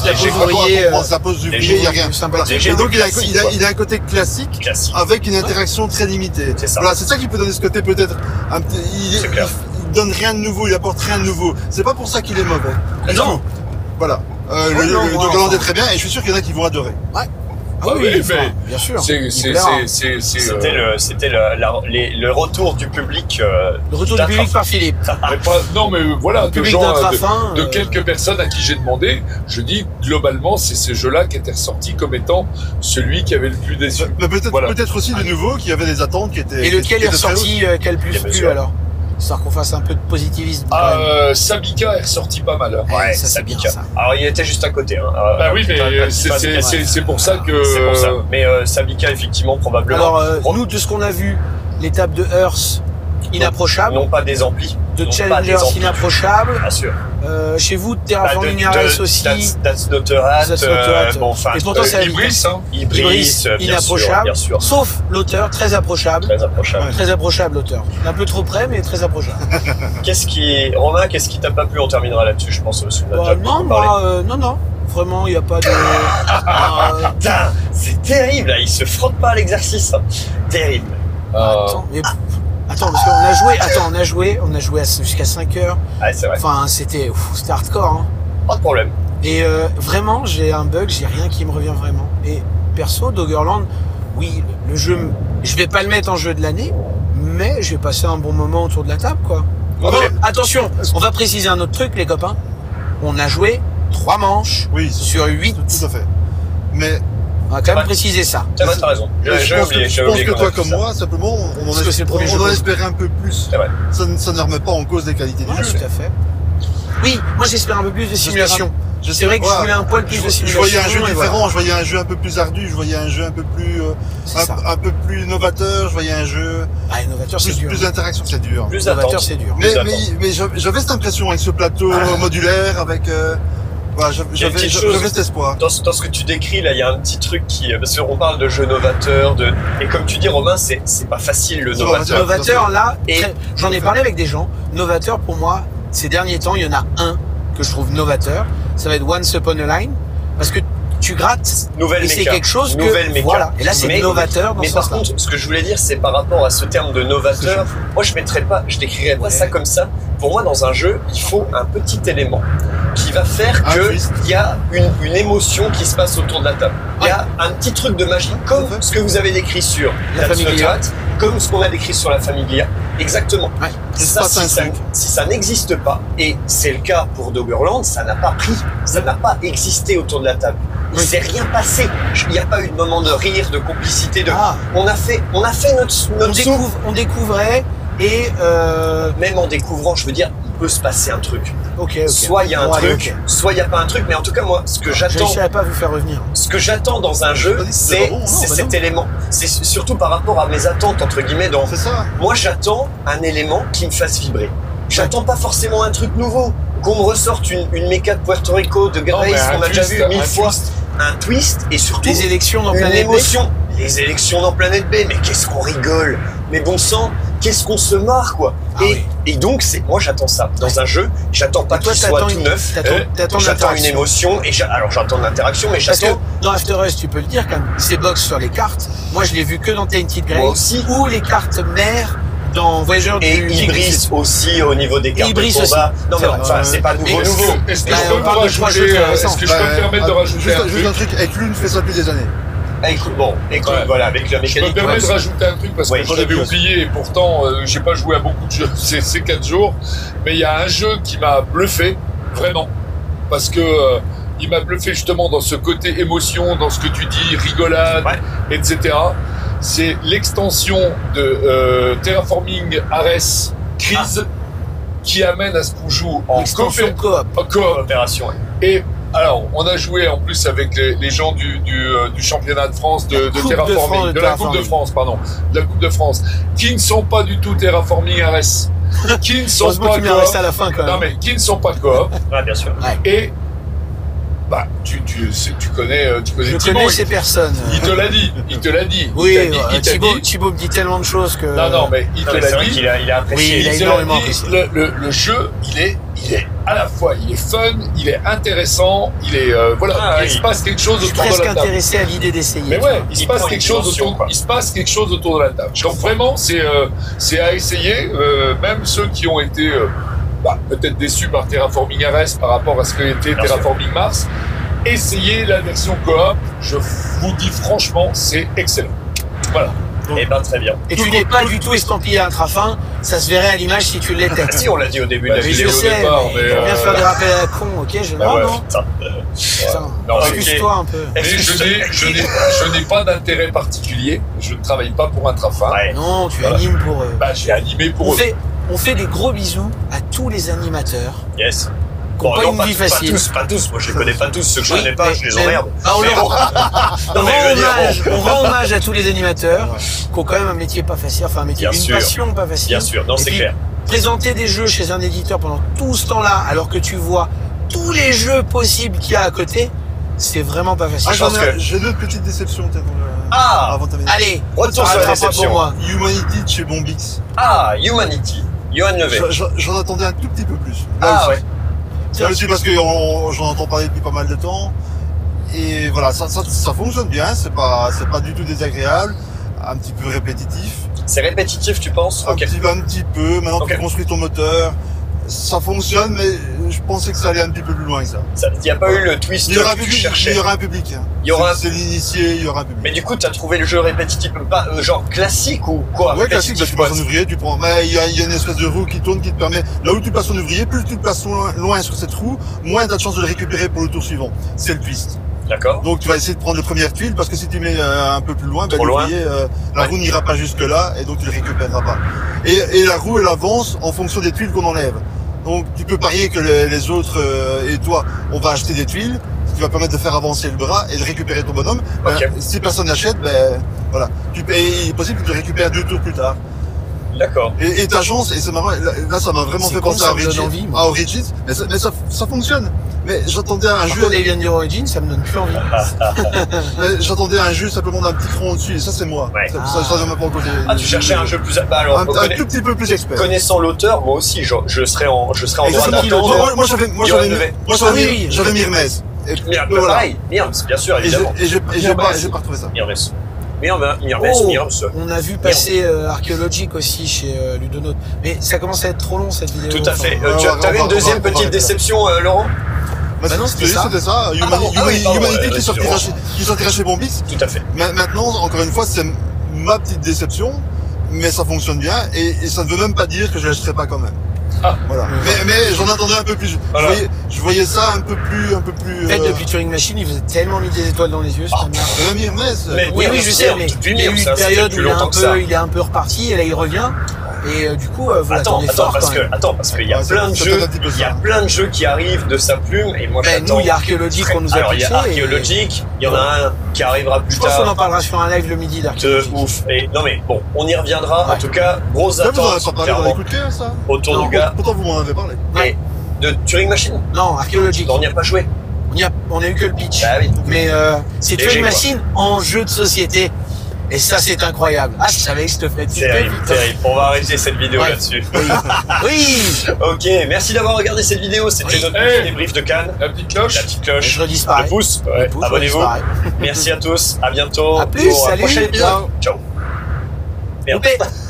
[SPEAKER 2] Il y a
[SPEAKER 5] à
[SPEAKER 2] des
[SPEAKER 5] comprendre,
[SPEAKER 3] ouvriers,
[SPEAKER 5] à comprendre.
[SPEAKER 3] euh,
[SPEAKER 5] Ça pose du
[SPEAKER 2] des
[SPEAKER 5] pied, il y a
[SPEAKER 3] ouvriers
[SPEAKER 5] rien.
[SPEAKER 3] sympathiques.
[SPEAKER 5] Voilà.
[SPEAKER 2] Des
[SPEAKER 5] Et donc il a,
[SPEAKER 2] classiques,
[SPEAKER 5] il a-
[SPEAKER 2] quoi.
[SPEAKER 5] il a un côté classique
[SPEAKER 2] classique.
[SPEAKER 5] avec une interaction très limitée.
[SPEAKER 2] C'est ça.
[SPEAKER 5] Voilà, c'est ça qui peut donner ce côté peut-être. un petit- Il,
[SPEAKER 2] C'est
[SPEAKER 5] il-
[SPEAKER 2] clair.
[SPEAKER 5] il donne rien de nouveau, il apporte rien de nouveau. C'est pas pour ça qu'il est mauvais. Du
[SPEAKER 2] Non.
[SPEAKER 5] tout. Voilà. Euh,
[SPEAKER 3] Ouais,
[SPEAKER 5] le
[SPEAKER 3] non,
[SPEAKER 5] le
[SPEAKER 3] moi,
[SPEAKER 5] Doggerland
[SPEAKER 3] enfin.
[SPEAKER 5] est très bien et je suis sûr qu'il y en a qui vont adorer.
[SPEAKER 3] Ah oui,
[SPEAKER 4] oui,
[SPEAKER 3] enfin,
[SPEAKER 4] mais-
[SPEAKER 3] bien sûr.
[SPEAKER 4] C'est,
[SPEAKER 3] il
[SPEAKER 4] c'est,
[SPEAKER 3] plaira.
[SPEAKER 4] c'est, c'est, c'est,
[SPEAKER 2] C'était
[SPEAKER 4] euh,
[SPEAKER 2] le, c'était le, la- les- le retour du public. euh,
[SPEAKER 3] Le retour du public par Philippe.
[SPEAKER 4] mais pas- non, mais voilà,
[SPEAKER 3] Le
[SPEAKER 4] de
[SPEAKER 3] public
[SPEAKER 4] gens, euh, de-
[SPEAKER 3] d'Intrafin.
[SPEAKER 4] de
[SPEAKER 3] euh,
[SPEAKER 4] quelques personnes à qui j'ai demandé, je dis globalement, c'est ce jeu-là qui était ressorti comme étant celui qui avait le plus déçu.
[SPEAKER 5] Mais peut-être
[SPEAKER 4] Voilà.
[SPEAKER 5] peut-être aussi de nouveau qu'il y avait des attentes qui étaient.
[SPEAKER 3] Et lequel
[SPEAKER 5] qui
[SPEAKER 3] est
[SPEAKER 5] étaient très hautes.
[SPEAKER 3] ressorti euh, qui a le plus
[SPEAKER 2] Bien
[SPEAKER 3] plu
[SPEAKER 2] sûr.
[SPEAKER 3] alors Histoire qu'on fasse un peu de positivisme. quand
[SPEAKER 4] Ah,
[SPEAKER 3] même.
[SPEAKER 4] euh, Sabika est ressorti pas mal. hein.
[SPEAKER 3] Eh,
[SPEAKER 2] ouais,
[SPEAKER 3] ça c'est bien
[SPEAKER 2] Sabika.
[SPEAKER 3] ça.
[SPEAKER 2] Alors il était juste à côté. Hein. Euh,
[SPEAKER 4] Bah oui, mais
[SPEAKER 2] pas- pas-
[SPEAKER 4] euh, c'est,
[SPEAKER 2] pas-
[SPEAKER 4] c'est,
[SPEAKER 2] c'est
[SPEAKER 4] c'est, c'est pour ça que.
[SPEAKER 2] pour ça. Mais euh, Sabika effectivement probablement.
[SPEAKER 3] Alors euh,
[SPEAKER 2] Bon.
[SPEAKER 3] nous de ce qu'on a vu, l'étape de Hearth inapprochable,
[SPEAKER 2] non pas des amplis.
[SPEAKER 3] de
[SPEAKER 2] non, pas des
[SPEAKER 3] Challengers
[SPEAKER 2] amplis.
[SPEAKER 3] inapprochable,
[SPEAKER 2] Bien sûr.
[SPEAKER 3] euh, chez vous
[SPEAKER 2] Bah,
[SPEAKER 3] Terraform
[SPEAKER 2] de-
[SPEAKER 3] Lineares
[SPEAKER 2] de-
[SPEAKER 3] aussi,
[SPEAKER 2] That's, that's not a hat,
[SPEAKER 3] That's not
[SPEAKER 2] euh,
[SPEAKER 3] a hat.
[SPEAKER 2] bon, enfin,
[SPEAKER 3] Et pourtant,
[SPEAKER 2] euh,
[SPEAKER 3] c'est la vie.
[SPEAKER 4] Ibris, hein.
[SPEAKER 2] Ibris,
[SPEAKER 3] Ibris,
[SPEAKER 2] euh, bien sûr,
[SPEAKER 3] inapprochable.
[SPEAKER 2] bien sûr.
[SPEAKER 3] sauf l'auteur très approchable,
[SPEAKER 2] Très approchable.
[SPEAKER 3] très approchable l'auteur, un peu trop près mais très approchable.
[SPEAKER 2] Qu'est-ce qui, Romain, qu'est-ce qui t'a pas plu On terminera là-dessus, je pense aussi. On a
[SPEAKER 3] Bah,
[SPEAKER 2] déjà
[SPEAKER 3] non,
[SPEAKER 2] beaucoup parlé.
[SPEAKER 3] moi, euh, non, non, vraiment il n'y
[SPEAKER 2] *laughs*
[SPEAKER 3] a pas de. Euh,
[SPEAKER 2] Putain, c'est terrible là. Il se frotte pas à l'exercice. hein. Terrible.
[SPEAKER 4] Euh,
[SPEAKER 3] Attends, mais- Attends, parce qu'on a joué, attends, on a joué, on a joué à- jusqu'à 5 heures.
[SPEAKER 2] Ouais, Ah, c'est vrai.
[SPEAKER 3] Enfin, c'était, ouf, c'était hardcore. hein.
[SPEAKER 2] Pas de problème.
[SPEAKER 3] Et euh, vraiment, j'ai un bug, j'ai rien qui me revient vraiment. Et perso, Doggerland, oui, le, le jeu, me- je vais pas le mettre en jeu de l'année, mais je vais passer un bon moment autour de la table, quoi.
[SPEAKER 2] Ok.
[SPEAKER 3] Bon, attention, on va préciser un autre truc, les copains. On a joué trois manches
[SPEAKER 5] Oui, c'est-
[SPEAKER 3] sur 8.
[SPEAKER 5] tout à fait. Mais euh,
[SPEAKER 3] On va quand même
[SPEAKER 2] Ouais.
[SPEAKER 3] préciser ça.
[SPEAKER 2] Tiens, bah, t'as raison.
[SPEAKER 5] je,
[SPEAKER 2] J'ai j'ai
[SPEAKER 5] pense que,
[SPEAKER 2] oublié.
[SPEAKER 5] je
[SPEAKER 2] j'ai
[SPEAKER 5] pense
[SPEAKER 2] oublié
[SPEAKER 5] que
[SPEAKER 2] qu'on
[SPEAKER 5] toi
[SPEAKER 2] a fait
[SPEAKER 5] comme
[SPEAKER 2] ça.
[SPEAKER 5] moi, simplement, on, on,
[SPEAKER 3] Parce que c'est le premier
[SPEAKER 5] on-
[SPEAKER 3] jeu
[SPEAKER 5] on en
[SPEAKER 3] pour-
[SPEAKER 5] espérait un peu plus.
[SPEAKER 2] C'est vrai.
[SPEAKER 5] Ça, ne- ça ne remet pas en cause les qualités
[SPEAKER 3] Ouais,
[SPEAKER 5] du jeu.
[SPEAKER 3] tout à fait. Oui, moi j'espère un peu plus de
[SPEAKER 5] J'espère-
[SPEAKER 3] simulation.
[SPEAKER 5] Je
[SPEAKER 3] C'est vrai que je
[SPEAKER 5] voilà.
[SPEAKER 3] voulais un poil plus
[SPEAKER 5] Je,
[SPEAKER 3] de
[SPEAKER 5] je
[SPEAKER 3] simulation.
[SPEAKER 5] voyais un jeu
[SPEAKER 3] et voilà.
[SPEAKER 5] différent, je voyais un jeu un peu plus ardu, je voyais un jeu un peu plus euh,
[SPEAKER 3] C'est ça.
[SPEAKER 5] un, un peu plus novateur, je voyais un jeu
[SPEAKER 3] Ah, innovateur, c'est
[SPEAKER 5] plus,
[SPEAKER 3] dur.
[SPEAKER 5] plus d'interaction, c'est dur.
[SPEAKER 2] Plus
[SPEAKER 3] Innovateur,
[SPEAKER 2] d'attente.
[SPEAKER 3] c'est dur.
[SPEAKER 5] Mais,
[SPEAKER 2] attends.
[SPEAKER 5] mais, mais j'avais j'avais cette impression avec ce plateau modulaire, avec euh, voilà, j'avais
[SPEAKER 2] Il y a une
[SPEAKER 5] j'avais-
[SPEAKER 2] petite chose.
[SPEAKER 5] j'avais cet espoir.
[SPEAKER 2] Dans ce, dans ce que tu décris, là, il y a un petit truc qui. euh, Parce qu'on parle de jeu novateur, de. Et comme tu dis, Romain, c'est c'est pas facile le
[SPEAKER 5] C'est pas
[SPEAKER 2] novateur.
[SPEAKER 5] facile.
[SPEAKER 3] Novateur, là,
[SPEAKER 2] Et-
[SPEAKER 3] très- j'en ai
[SPEAKER 5] Enfin.
[SPEAKER 3] parlé avec des gens. Novateur, pour moi, ces derniers temps, il y en a un que je trouve novateur. Ça va être Once Upon a Line. Parce que tu grattes
[SPEAKER 2] Nouvelle
[SPEAKER 3] et c'est
[SPEAKER 2] méca.
[SPEAKER 3] quelque chose
[SPEAKER 2] Nouvelle
[SPEAKER 3] que.
[SPEAKER 2] méca.
[SPEAKER 3] Voilà. Et là, c'est
[SPEAKER 2] Mais-
[SPEAKER 3] novateur dans
[SPEAKER 2] Mais
[SPEAKER 3] ce
[SPEAKER 2] par
[SPEAKER 3] sens-là.
[SPEAKER 2] contre, ce que je voulais dire, c'est par rapport à ce terme de novateur, moi je mettrais pas, je décrirais pas
[SPEAKER 3] Ouais.
[SPEAKER 2] ça comme ça. Pour moi, dans un jeu, il faut un petit élément qui va faire
[SPEAKER 5] Un
[SPEAKER 2] que
[SPEAKER 5] twist.
[SPEAKER 2] il y a une, une émotion qui se passe autour de la table. Il y a un petit truc de magie, comme
[SPEAKER 5] Tout à fait.
[SPEAKER 2] ce que vous avez décrit sur
[SPEAKER 3] La
[SPEAKER 2] That's
[SPEAKER 3] Familia.
[SPEAKER 2] Not Right, comme ce qu'on a décrit sur la familia. Exactement.
[SPEAKER 3] Ouais.
[SPEAKER 5] Il se
[SPEAKER 2] Ça,
[SPEAKER 5] passe
[SPEAKER 2] si
[SPEAKER 5] un
[SPEAKER 2] ça,
[SPEAKER 5] truc.
[SPEAKER 2] si ça n'existe pas, et c'est le cas pour Doggerland, ça n'a pas pris, ça n'a pas existé autour de la table. Il
[SPEAKER 3] Oui.
[SPEAKER 2] s'est rien passé. Je- Il n'y a pas eu de moment de rire, de complicité, de
[SPEAKER 3] Ah,
[SPEAKER 2] on a fait, on a fait notre,
[SPEAKER 3] on,
[SPEAKER 2] notre soupe.
[SPEAKER 3] découvre, on découvrait et. Euh,
[SPEAKER 2] Même en découvrant, je veux dire, il peut peut se passer un truc.
[SPEAKER 3] Ok, ok.
[SPEAKER 2] Soit il y a un
[SPEAKER 3] Bon, allez,
[SPEAKER 2] truc,
[SPEAKER 3] ok. Ah,
[SPEAKER 2] soit il n'y a pas un truc, mais en tout cas, moi, ce que
[SPEAKER 3] Je
[SPEAKER 2] j'attends,
[SPEAKER 3] réussis à pas vous faire revenir.
[SPEAKER 2] ce que j'attends dans un
[SPEAKER 5] pas
[SPEAKER 2] jeu,
[SPEAKER 5] dit que c'était
[SPEAKER 2] c'est
[SPEAKER 5] pas bon, non,
[SPEAKER 2] c'est
[SPEAKER 5] bah
[SPEAKER 2] cet
[SPEAKER 5] non.
[SPEAKER 2] élément. C'est su- surtout par rapport à mes attentes, entre guillemets, dans
[SPEAKER 5] C'est ça.
[SPEAKER 2] moi, j'attends un élément qui me fasse vibrer. J'attends pas forcément un truc nouveau. Qu'on me ressorte une, une méca de Puerto Rico, de
[SPEAKER 4] Non, mais
[SPEAKER 2] Grace,
[SPEAKER 4] un
[SPEAKER 2] qu'on a déjà
[SPEAKER 4] twist,
[SPEAKER 2] vu mille
[SPEAKER 4] un
[SPEAKER 2] fois.
[SPEAKER 4] twist.
[SPEAKER 2] Un twist et surtout
[SPEAKER 3] Les élections dans
[SPEAKER 2] une
[SPEAKER 3] Planète B.
[SPEAKER 2] émotion. Les élections dans Planète B, mais qu'est-ce qu'on rigole Mais bon sang, qu'est-ce qu'on se marre, quoi
[SPEAKER 3] Ah
[SPEAKER 2] et,
[SPEAKER 3] oui.
[SPEAKER 2] et donc, c'est moi, j'attends ça. Dans un jeu, j'attends pas
[SPEAKER 3] Toi,
[SPEAKER 2] qu'il soit
[SPEAKER 3] t'attends
[SPEAKER 2] tout
[SPEAKER 3] une,
[SPEAKER 2] neuf.
[SPEAKER 3] t'attends-
[SPEAKER 4] Euh,
[SPEAKER 2] J'attends
[SPEAKER 3] t'attends
[SPEAKER 2] une
[SPEAKER 3] l'interaction.
[SPEAKER 2] émotion. Et j'a- Alors, j'attends l'interaction, mais
[SPEAKER 3] Parce que
[SPEAKER 2] j'attends...
[SPEAKER 3] dans After Us, tu peux le dire quand même, ces box sur les cartes, moi je l'ai vu que dans Tainted Grail
[SPEAKER 2] Moi aussi.
[SPEAKER 3] ou les cartes mères dans Voyageur
[SPEAKER 2] Et
[SPEAKER 3] du
[SPEAKER 2] Ibris aussi au niveau des cartes
[SPEAKER 3] Ibris
[SPEAKER 2] de combat. Non,
[SPEAKER 3] C'est
[SPEAKER 2] mais
[SPEAKER 3] vrai.
[SPEAKER 2] enfin, c'est pas nouveau,
[SPEAKER 4] Est-ce
[SPEAKER 2] nouveau.
[SPEAKER 4] que- Est-ce que
[SPEAKER 3] Bah,
[SPEAKER 4] je
[SPEAKER 3] on
[SPEAKER 4] peux me
[SPEAKER 3] parle de trois
[SPEAKER 4] rajouter,
[SPEAKER 3] jeux très
[SPEAKER 4] euh,
[SPEAKER 3] récents.
[SPEAKER 4] est-ce que je peux
[SPEAKER 5] Bah,
[SPEAKER 4] me permettre de
[SPEAKER 5] ah,
[SPEAKER 4] rajouter
[SPEAKER 5] juste,
[SPEAKER 4] un
[SPEAKER 5] juste
[SPEAKER 4] truc
[SPEAKER 5] un truc, avec l'une, fait ça depuis des années.
[SPEAKER 2] Ah, écoute, bon, écoute,
[SPEAKER 4] Ouais.
[SPEAKER 2] voilà, avec la
[SPEAKER 4] Je me
[SPEAKER 2] mécanique.
[SPEAKER 4] permets de
[SPEAKER 2] ouais.
[SPEAKER 4] rajouter un truc parce
[SPEAKER 2] Ouais,
[SPEAKER 4] que j'en avais
[SPEAKER 2] quelque chose.
[SPEAKER 4] oublié et pourtant euh, j'ai pas joué à beaucoup de jeux ces, ces quatre jours. Mais il y a un jeu qui m'a bluffé vraiment parce que euh, il m'a bluffé justement dans ce côté émotion, dans ce que tu dis, rigolade, etc. C'est l'extension de euh, Terraforming Ares Crise qui amène à ce qu'on joue en
[SPEAKER 3] Extension
[SPEAKER 4] coopé-
[SPEAKER 3] coop.
[SPEAKER 4] en coop
[SPEAKER 2] Opération, ouais.
[SPEAKER 4] et alors, on a joué en plus avec les, les gens du, du, euh, du championnat de France de, de
[SPEAKER 3] Coupe de
[SPEAKER 4] terraforming,
[SPEAKER 3] France
[SPEAKER 4] de,
[SPEAKER 3] de
[SPEAKER 4] la Coupe de
[SPEAKER 3] terraforming.
[SPEAKER 4] France, pardon, de la Coupe de France, qui ne sont pas du tout terraforming RS, qui ne sont
[SPEAKER 3] Heureusement que
[SPEAKER 4] pas
[SPEAKER 3] tu m'as resté à
[SPEAKER 4] coop,
[SPEAKER 3] la fin quand
[SPEAKER 4] non
[SPEAKER 3] même.
[SPEAKER 4] mais qui ne sont pas coop,
[SPEAKER 2] Ouais, bien sûr.
[SPEAKER 4] et bah tu tu c'est- tu connais euh, tu connais
[SPEAKER 3] je
[SPEAKER 4] Thibaut,
[SPEAKER 3] connais
[SPEAKER 4] il-
[SPEAKER 3] ces personnes.
[SPEAKER 4] il, te l'a dit, il te l'a dit,
[SPEAKER 3] Oui,
[SPEAKER 4] il t'a dit,
[SPEAKER 3] euh,
[SPEAKER 4] il t'a
[SPEAKER 3] Thibaut,
[SPEAKER 4] dit,
[SPEAKER 3] Thibaut me dit tellement de choses que.
[SPEAKER 4] non non mais il
[SPEAKER 2] Non,
[SPEAKER 4] te
[SPEAKER 2] mais c'est
[SPEAKER 4] l'a
[SPEAKER 2] vrai
[SPEAKER 4] dit,
[SPEAKER 2] qu'il a, il a
[SPEAKER 3] Oui,
[SPEAKER 2] apprécié.
[SPEAKER 3] il a
[SPEAKER 4] Et cela
[SPEAKER 3] énormément
[SPEAKER 4] dit,
[SPEAKER 3] apprécié.
[SPEAKER 4] le, le- le jeu, il est, il est à la fois, il est fun, il est intéressant, il est euh, voilà,
[SPEAKER 2] Ah,
[SPEAKER 4] il
[SPEAKER 2] oui.
[SPEAKER 4] se passe quelque chose
[SPEAKER 3] je suis
[SPEAKER 4] autour de
[SPEAKER 3] presque
[SPEAKER 4] la table.
[SPEAKER 3] intéressé à l'idée d'essayer.
[SPEAKER 4] Mais
[SPEAKER 3] tu
[SPEAKER 4] ouais, il se
[SPEAKER 2] Il
[SPEAKER 4] passe
[SPEAKER 2] prend
[SPEAKER 4] quelque
[SPEAKER 2] une
[SPEAKER 4] chose
[SPEAKER 2] dimension,
[SPEAKER 4] autour,
[SPEAKER 2] quoi.
[SPEAKER 4] il se passe quelque chose autour de la table. Donc vraiment, c'est euh, c'est à essayer. euh, même ceux qui ont été euh, bah, peut-être déçus par Terraforming Ares par rapport à ce que était
[SPEAKER 2] Bien sûr.
[SPEAKER 4] Terraforming Mars, essayez la version coop. Je vous dis franchement, c'est excellent. Voilà.
[SPEAKER 2] Eh ben, très bien.
[SPEAKER 3] vois. Et tu n'es pas du tout estampillé intrafin, ça se verrait à l'image si tu l'étais.
[SPEAKER 4] *laughs*
[SPEAKER 2] Ah, si, on l'a dit au début de la
[SPEAKER 4] Bah,
[SPEAKER 3] Mais
[SPEAKER 4] il
[SPEAKER 2] vidéo.
[SPEAKER 3] je
[SPEAKER 4] est au
[SPEAKER 3] sais,
[SPEAKER 4] départ,
[SPEAKER 3] mais
[SPEAKER 4] mais,
[SPEAKER 3] faut bien
[SPEAKER 4] euh,
[SPEAKER 3] faire des rappels à la con, ok Je
[SPEAKER 2] Bah
[SPEAKER 3] non,
[SPEAKER 2] ouais,
[SPEAKER 3] Ah, non,
[SPEAKER 2] putain.
[SPEAKER 3] putain.
[SPEAKER 4] Non, mais-
[SPEAKER 3] Excuse-toi un peu.
[SPEAKER 4] Mais je n'ai- je n'ai je n'ai pas d'intérêt particulier. Je ne travaille pas pour un trafin.
[SPEAKER 2] Ouais.
[SPEAKER 3] Non, tu
[SPEAKER 4] Voilà.
[SPEAKER 3] animes pour. euh,
[SPEAKER 4] Bah, j'ai animé
[SPEAKER 3] on,
[SPEAKER 4] pour eux.
[SPEAKER 3] fait, on fait des gros bisous à tous les animateurs
[SPEAKER 2] Yes.
[SPEAKER 3] qui n'ont
[SPEAKER 2] Bon,
[SPEAKER 3] pas
[SPEAKER 2] non,
[SPEAKER 3] une
[SPEAKER 2] pas,
[SPEAKER 3] vie
[SPEAKER 2] pas
[SPEAKER 3] facile.
[SPEAKER 2] tous, pas tous. Moi, je les connais pas tous. Ceux que je
[SPEAKER 3] Oui,
[SPEAKER 2] connais pas,
[SPEAKER 3] mais-
[SPEAKER 2] je les
[SPEAKER 3] mais-
[SPEAKER 2] emmerde.
[SPEAKER 3] bah, on,
[SPEAKER 2] Mais
[SPEAKER 3] leur-
[SPEAKER 2] bon.
[SPEAKER 3] on
[SPEAKER 2] Non, mais je
[SPEAKER 3] rend
[SPEAKER 2] veux dire,
[SPEAKER 3] hommage,
[SPEAKER 2] bon.
[SPEAKER 3] on rend hommage à tous les animateurs qui ont quand même un métier pas facile, enfin un métier
[SPEAKER 2] Bien
[SPEAKER 3] une
[SPEAKER 2] sûr.
[SPEAKER 3] passion pas facile.
[SPEAKER 2] Bien sûr, non,
[SPEAKER 3] Et
[SPEAKER 2] c'est
[SPEAKER 3] puis,
[SPEAKER 2] clair.
[SPEAKER 3] Présenter des jeux chez un éditeur pendant tout ce temps-là, alors que tu vois tous les jeux possibles qu'il y a à côté, c'est vraiment pas facile.
[SPEAKER 5] Ah, j'en
[SPEAKER 2] pense
[SPEAKER 5] ai-
[SPEAKER 2] que-
[SPEAKER 5] j'ai deux petites déceptions, peut-être. euh,
[SPEAKER 2] Ah
[SPEAKER 5] Avant de terminer. Ah,
[SPEAKER 3] Allez,
[SPEAKER 2] Retour sur la
[SPEAKER 3] rattrape pas pour
[SPEAKER 2] déception.
[SPEAKER 3] moi.
[SPEAKER 5] Humanity de chez Bombix.
[SPEAKER 2] Ah, Humanity. Johan Levet.
[SPEAKER 5] J'en- j'en- J'en attendais un tout petit peu plus. Là
[SPEAKER 2] Ah
[SPEAKER 5] aussi.
[SPEAKER 2] ouais.
[SPEAKER 5] Là aussi parce que on- j'en entends parler depuis pas mal de temps. Et voilà, ça, ça, ça fonctionne bien, c'est pas, c'est pas du tout désagréable, un petit peu répétitif,
[SPEAKER 2] C'est répétitif, tu penses Ok.
[SPEAKER 5] un, petit, un petit peu, maintenant
[SPEAKER 2] Ok.
[SPEAKER 5] tu construis ton moteur, ça fonctionne, mais je pensais que ça allait un petit peu plus loin que ça.
[SPEAKER 2] Il n'y a pas eu le twist
[SPEAKER 5] Il y aura un
[SPEAKER 2] que tu
[SPEAKER 5] public, il
[SPEAKER 2] cherchais.
[SPEAKER 5] y aura un public. hein.
[SPEAKER 2] Il y aura un-
[SPEAKER 5] C'est c'est l'initié, il y aura un public.
[SPEAKER 2] Mais du coup, t'as trouvé le jeu répétitif, pas euh, genre classique ou quoi
[SPEAKER 5] Ouais, classique, parce
[SPEAKER 2] Répétitif,
[SPEAKER 5] que tu passes en
[SPEAKER 2] quoi.
[SPEAKER 5] ouvrier, tu prends, mais il y, a- il y a une espèce de roue qui tourne, qui te permet, là où tu passes en ouvrier, plus tu te places loin, loin sur cette roue, moins t'as de chances de le récupérer pour le tour suivant. C'est le twist.
[SPEAKER 2] D'accord.
[SPEAKER 5] Donc tu vas essayer de prendre le premier tuile, parce que si tu mets euh, un peu plus loin, ben,
[SPEAKER 2] Trop loin.
[SPEAKER 5] l'ouvrier, euh, la
[SPEAKER 2] Ouais.
[SPEAKER 5] roue n'ira pas jusque là, et donc tu le récupéreras pas. Et, et la roue, elle avance en fonction des tuiles qu'on enlève. Donc tu peux parier que les, les autres euh, et toi, on va acheter des tuiles, ce qui va permettre de faire avancer le bras et de récupérer ton bonhomme. Ben,
[SPEAKER 2] Ok.
[SPEAKER 5] Si personne n'achète, ben voilà, tu, et il est possible que tu le récupères deux tours plus tard.
[SPEAKER 2] D'accord.
[SPEAKER 5] Et, et ta chance, et c'est marrant, là, là, ça m'a vraiment
[SPEAKER 3] C'est
[SPEAKER 5] fait
[SPEAKER 3] con,
[SPEAKER 5] penser
[SPEAKER 3] ça
[SPEAKER 5] à
[SPEAKER 3] me donne
[SPEAKER 5] Origins,
[SPEAKER 3] envie, moi.
[SPEAKER 5] à Origins, mais, ça, mais ça, ça fonctionne. Mais j'attendais
[SPEAKER 2] Ah,
[SPEAKER 5] un
[SPEAKER 3] Je
[SPEAKER 5] jeu,
[SPEAKER 3] voulais bien dire Origin, ça me donne plus envie.
[SPEAKER 5] mais j'attendais un jeu simplement d'un petit cran au-dessus, et ça c'est moi.
[SPEAKER 2] Ouais.
[SPEAKER 5] Ça, ça, ça, ne m'a pas encore
[SPEAKER 2] Ah, tu cherchais un jeu plus. Bah alors,
[SPEAKER 5] un,
[SPEAKER 2] reconnais-
[SPEAKER 5] un tout petit peu plus expert.
[SPEAKER 2] connaissant l'auteur, moi aussi, je, je serais en, je serais en droit
[SPEAKER 5] Exactement. Moi,
[SPEAKER 2] d'attendre.
[SPEAKER 5] moi, moi, j'avais, moi
[SPEAKER 2] Johan
[SPEAKER 5] j'avais,
[SPEAKER 2] Levet.
[SPEAKER 5] moi j'avais,
[SPEAKER 3] Ah oui,
[SPEAKER 5] mis-
[SPEAKER 3] oui.
[SPEAKER 5] j'avais mis Hermès. Et,
[SPEAKER 2] Merde,
[SPEAKER 5] voilà.
[SPEAKER 2] pareil, Mirms, bien sûr,
[SPEAKER 5] Et j'ai,
[SPEAKER 2] évidemment.
[SPEAKER 5] et j'ai, et j'ai
[SPEAKER 2] Hermès.
[SPEAKER 5] pas, j'ai pas retrouvé ça.
[SPEAKER 2] Mirms. Mirms, Mirms,
[SPEAKER 3] Oh.
[SPEAKER 2] Mirms.
[SPEAKER 3] On a vu passer euh, archéologique aussi chez euh, Ludonote. Mais ça commence à être trop long cette vidéo.
[SPEAKER 2] Tout à fait.
[SPEAKER 5] on
[SPEAKER 2] Euh, tu
[SPEAKER 5] va-
[SPEAKER 2] as-
[SPEAKER 5] on
[SPEAKER 2] T'avais
[SPEAKER 5] va-
[SPEAKER 2] une
[SPEAKER 5] on va-
[SPEAKER 2] deuxième
[SPEAKER 5] on va
[SPEAKER 2] petite
[SPEAKER 5] arrêter là.
[SPEAKER 2] déception, euh, Laurent
[SPEAKER 5] Bah,
[SPEAKER 3] non, c'était ça.
[SPEAKER 5] C'était ça. Humani-
[SPEAKER 2] pardon, ah oui,
[SPEAKER 5] Humani-
[SPEAKER 2] pardon,
[SPEAKER 5] Humanity
[SPEAKER 2] ouais,
[SPEAKER 5] qui sortira
[SPEAKER 2] excusez-moi.
[SPEAKER 5] chez, qui sortira chez Bombix.
[SPEAKER 2] Tout à fait.
[SPEAKER 5] Ma- Maintenant, encore une fois, c'est ma petite déception, mais ça fonctionne bien et, et ça ne veut même pas dire que je l'achèterai pas quand même.
[SPEAKER 4] Ah.
[SPEAKER 5] Voilà. Mais, mais j'en attendais un peu plus. Je-
[SPEAKER 4] Voilà.
[SPEAKER 5] Je, voyais, je voyais ça un peu plus, un peu plus.
[SPEAKER 3] En fait,
[SPEAKER 5] euh,
[SPEAKER 3] depuis Turing Machine, il vous a tellement mis des étoiles dans les
[SPEAKER 2] Ah,
[SPEAKER 3] yeux, c'est pas mal.
[SPEAKER 5] même Hermès.
[SPEAKER 2] Mais-
[SPEAKER 5] euh,
[SPEAKER 3] Oui, oui, je sais,
[SPEAKER 2] Merde,
[SPEAKER 3] mais
[SPEAKER 2] depuis
[SPEAKER 3] il y a eu
[SPEAKER 2] Mire,
[SPEAKER 3] une
[SPEAKER 2] ça, ça fait
[SPEAKER 3] période où
[SPEAKER 2] plus
[SPEAKER 3] il est, un
[SPEAKER 2] longtemps que
[SPEAKER 3] peu,
[SPEAKER 2] ça.
[SPEAKER 3] il est un peu reparti, et là il revient. Et euh, du coup, euh, vous
[SPEAKER 2] Attends,
[SPEAKER 3] l'attendez
[SPEAKER 2] attends,
[SPEAKER 3] fort
[SPEAKER 2] parce
[SPEAKER 3] quand
[SPEAKER 2] que,
[SPEAKER 3] même.
[SPEAKER 2] attends, parce qu'il y a
[SPEAKER 5] Ouais, ça-
[SPEAKER 2] plein de
[SPEAKER 5] ça
[SPEAKER 2] jeux,
[SPEAKER 5] donne un petit peu
[SPEAKER 2] il y a
[SPEAKER 5] ça.
[SPEAKER 2] plein de jeux qui arrivent de sa plume, et moi
[SPEAKER 3] Ben,
[SPEAKER 2] j'attends.
[SPEAKER 3] nous, il y a Archéologique qu'on nous a
[SPEAKER 2] Alors, il y
[SPEAKER 3] pitché.
[SPEAKER 2] a Archéologique, il y en a un qui arrivera
[SPEAKER 3] et
[SPEAKER 2] plus
[SPEAKER 3] Je pense qu'on en
[SPEAKER 2] tard.
[SPEAKER 3] parlera sur un live le midi
[SPEAKER 2] De
[SPEAKER 3] d'Archéologique.
[SPEAKER 2] ouf. Et non, mais bon, on y reviendra. En
[SPEAKER 3] Ouais.
[SPEAKER 2] tout cas, grosse
[SPEAKER 5] Ça, vous en avez
[SPEAKER 2] attente,
[SPEAKER 5] pas parlé dans
[SPEAKER 2] clairement,
[SPEAKER 5] les coups de cœur, ça
[SPEAKER 2] autour
[SPEAKER 3] Non,
[SPEAKER 2] du gars.
[SPEAKER 5] Pourtant, vous m'en avez parlé.
[SPEAKER 2] Et de Turing Machine,
[SPEAKER 3] Non, Archéologique.
[SPEAKER 2] on n'y a pas joué.
[SPEAKER 3] On, y a, on a eu que le pitch.
[SPEAKER 2] Bah oui.
[SPEAKER 3] Mais euh, c'est
[SPEAKER 2] Léger,
[SPEAKER 3] une
[SPEAKER 2] quoi.
[SPEAKER 3] machine en jeu de société. Et ça, c'est incroyable. Ah, je savais que je te ferais dessus.
[SPEAKER 2] Terrible, terrible. On va arrêter cette vidéo
[SPEAKER 3] hein. Ouais.
[SPEAKER 2] là-dessus. *laughs*
[SPEAKER 3] Oui
[SPEAKER 2] ok, merci d'avoir regardé cette vidéo. C'était
[SPEAKER 3] Oui.
[SPEAKER 2] notre
[SPEAKER 4] Hey.
[SPEAKER 2] petit débrief de Cannes.
[SPEAKER 4] La petite
[SPEAKER 2] La
[SPEAKER 4] cloche.
[SPEAKER 2] petite
[SPEAKER 3] Je
[SPEAKER 2] cloche, le
[SPEAKER 3] redisparais.
[SPEAKER 2] pouce.
[SPEAKER 4] Ouais.
[SPEAKER 3] Pouce,
[SPEAKER 2] Abonnez-vous.
[SPEAKER 3] redisparais.
[SPEAKER 2] Merci à tous. À bientôt
[SPEAKER 3] À plus,
[SPEAKER 2] pour un
[SPEAKER 3] salut.
[SPEAKER 2] prochain épisode.
[SPEAKER 3] Ciao.
[SPEAKER 2] Ciao. Merde.
[SPEAKER 3] Coupé.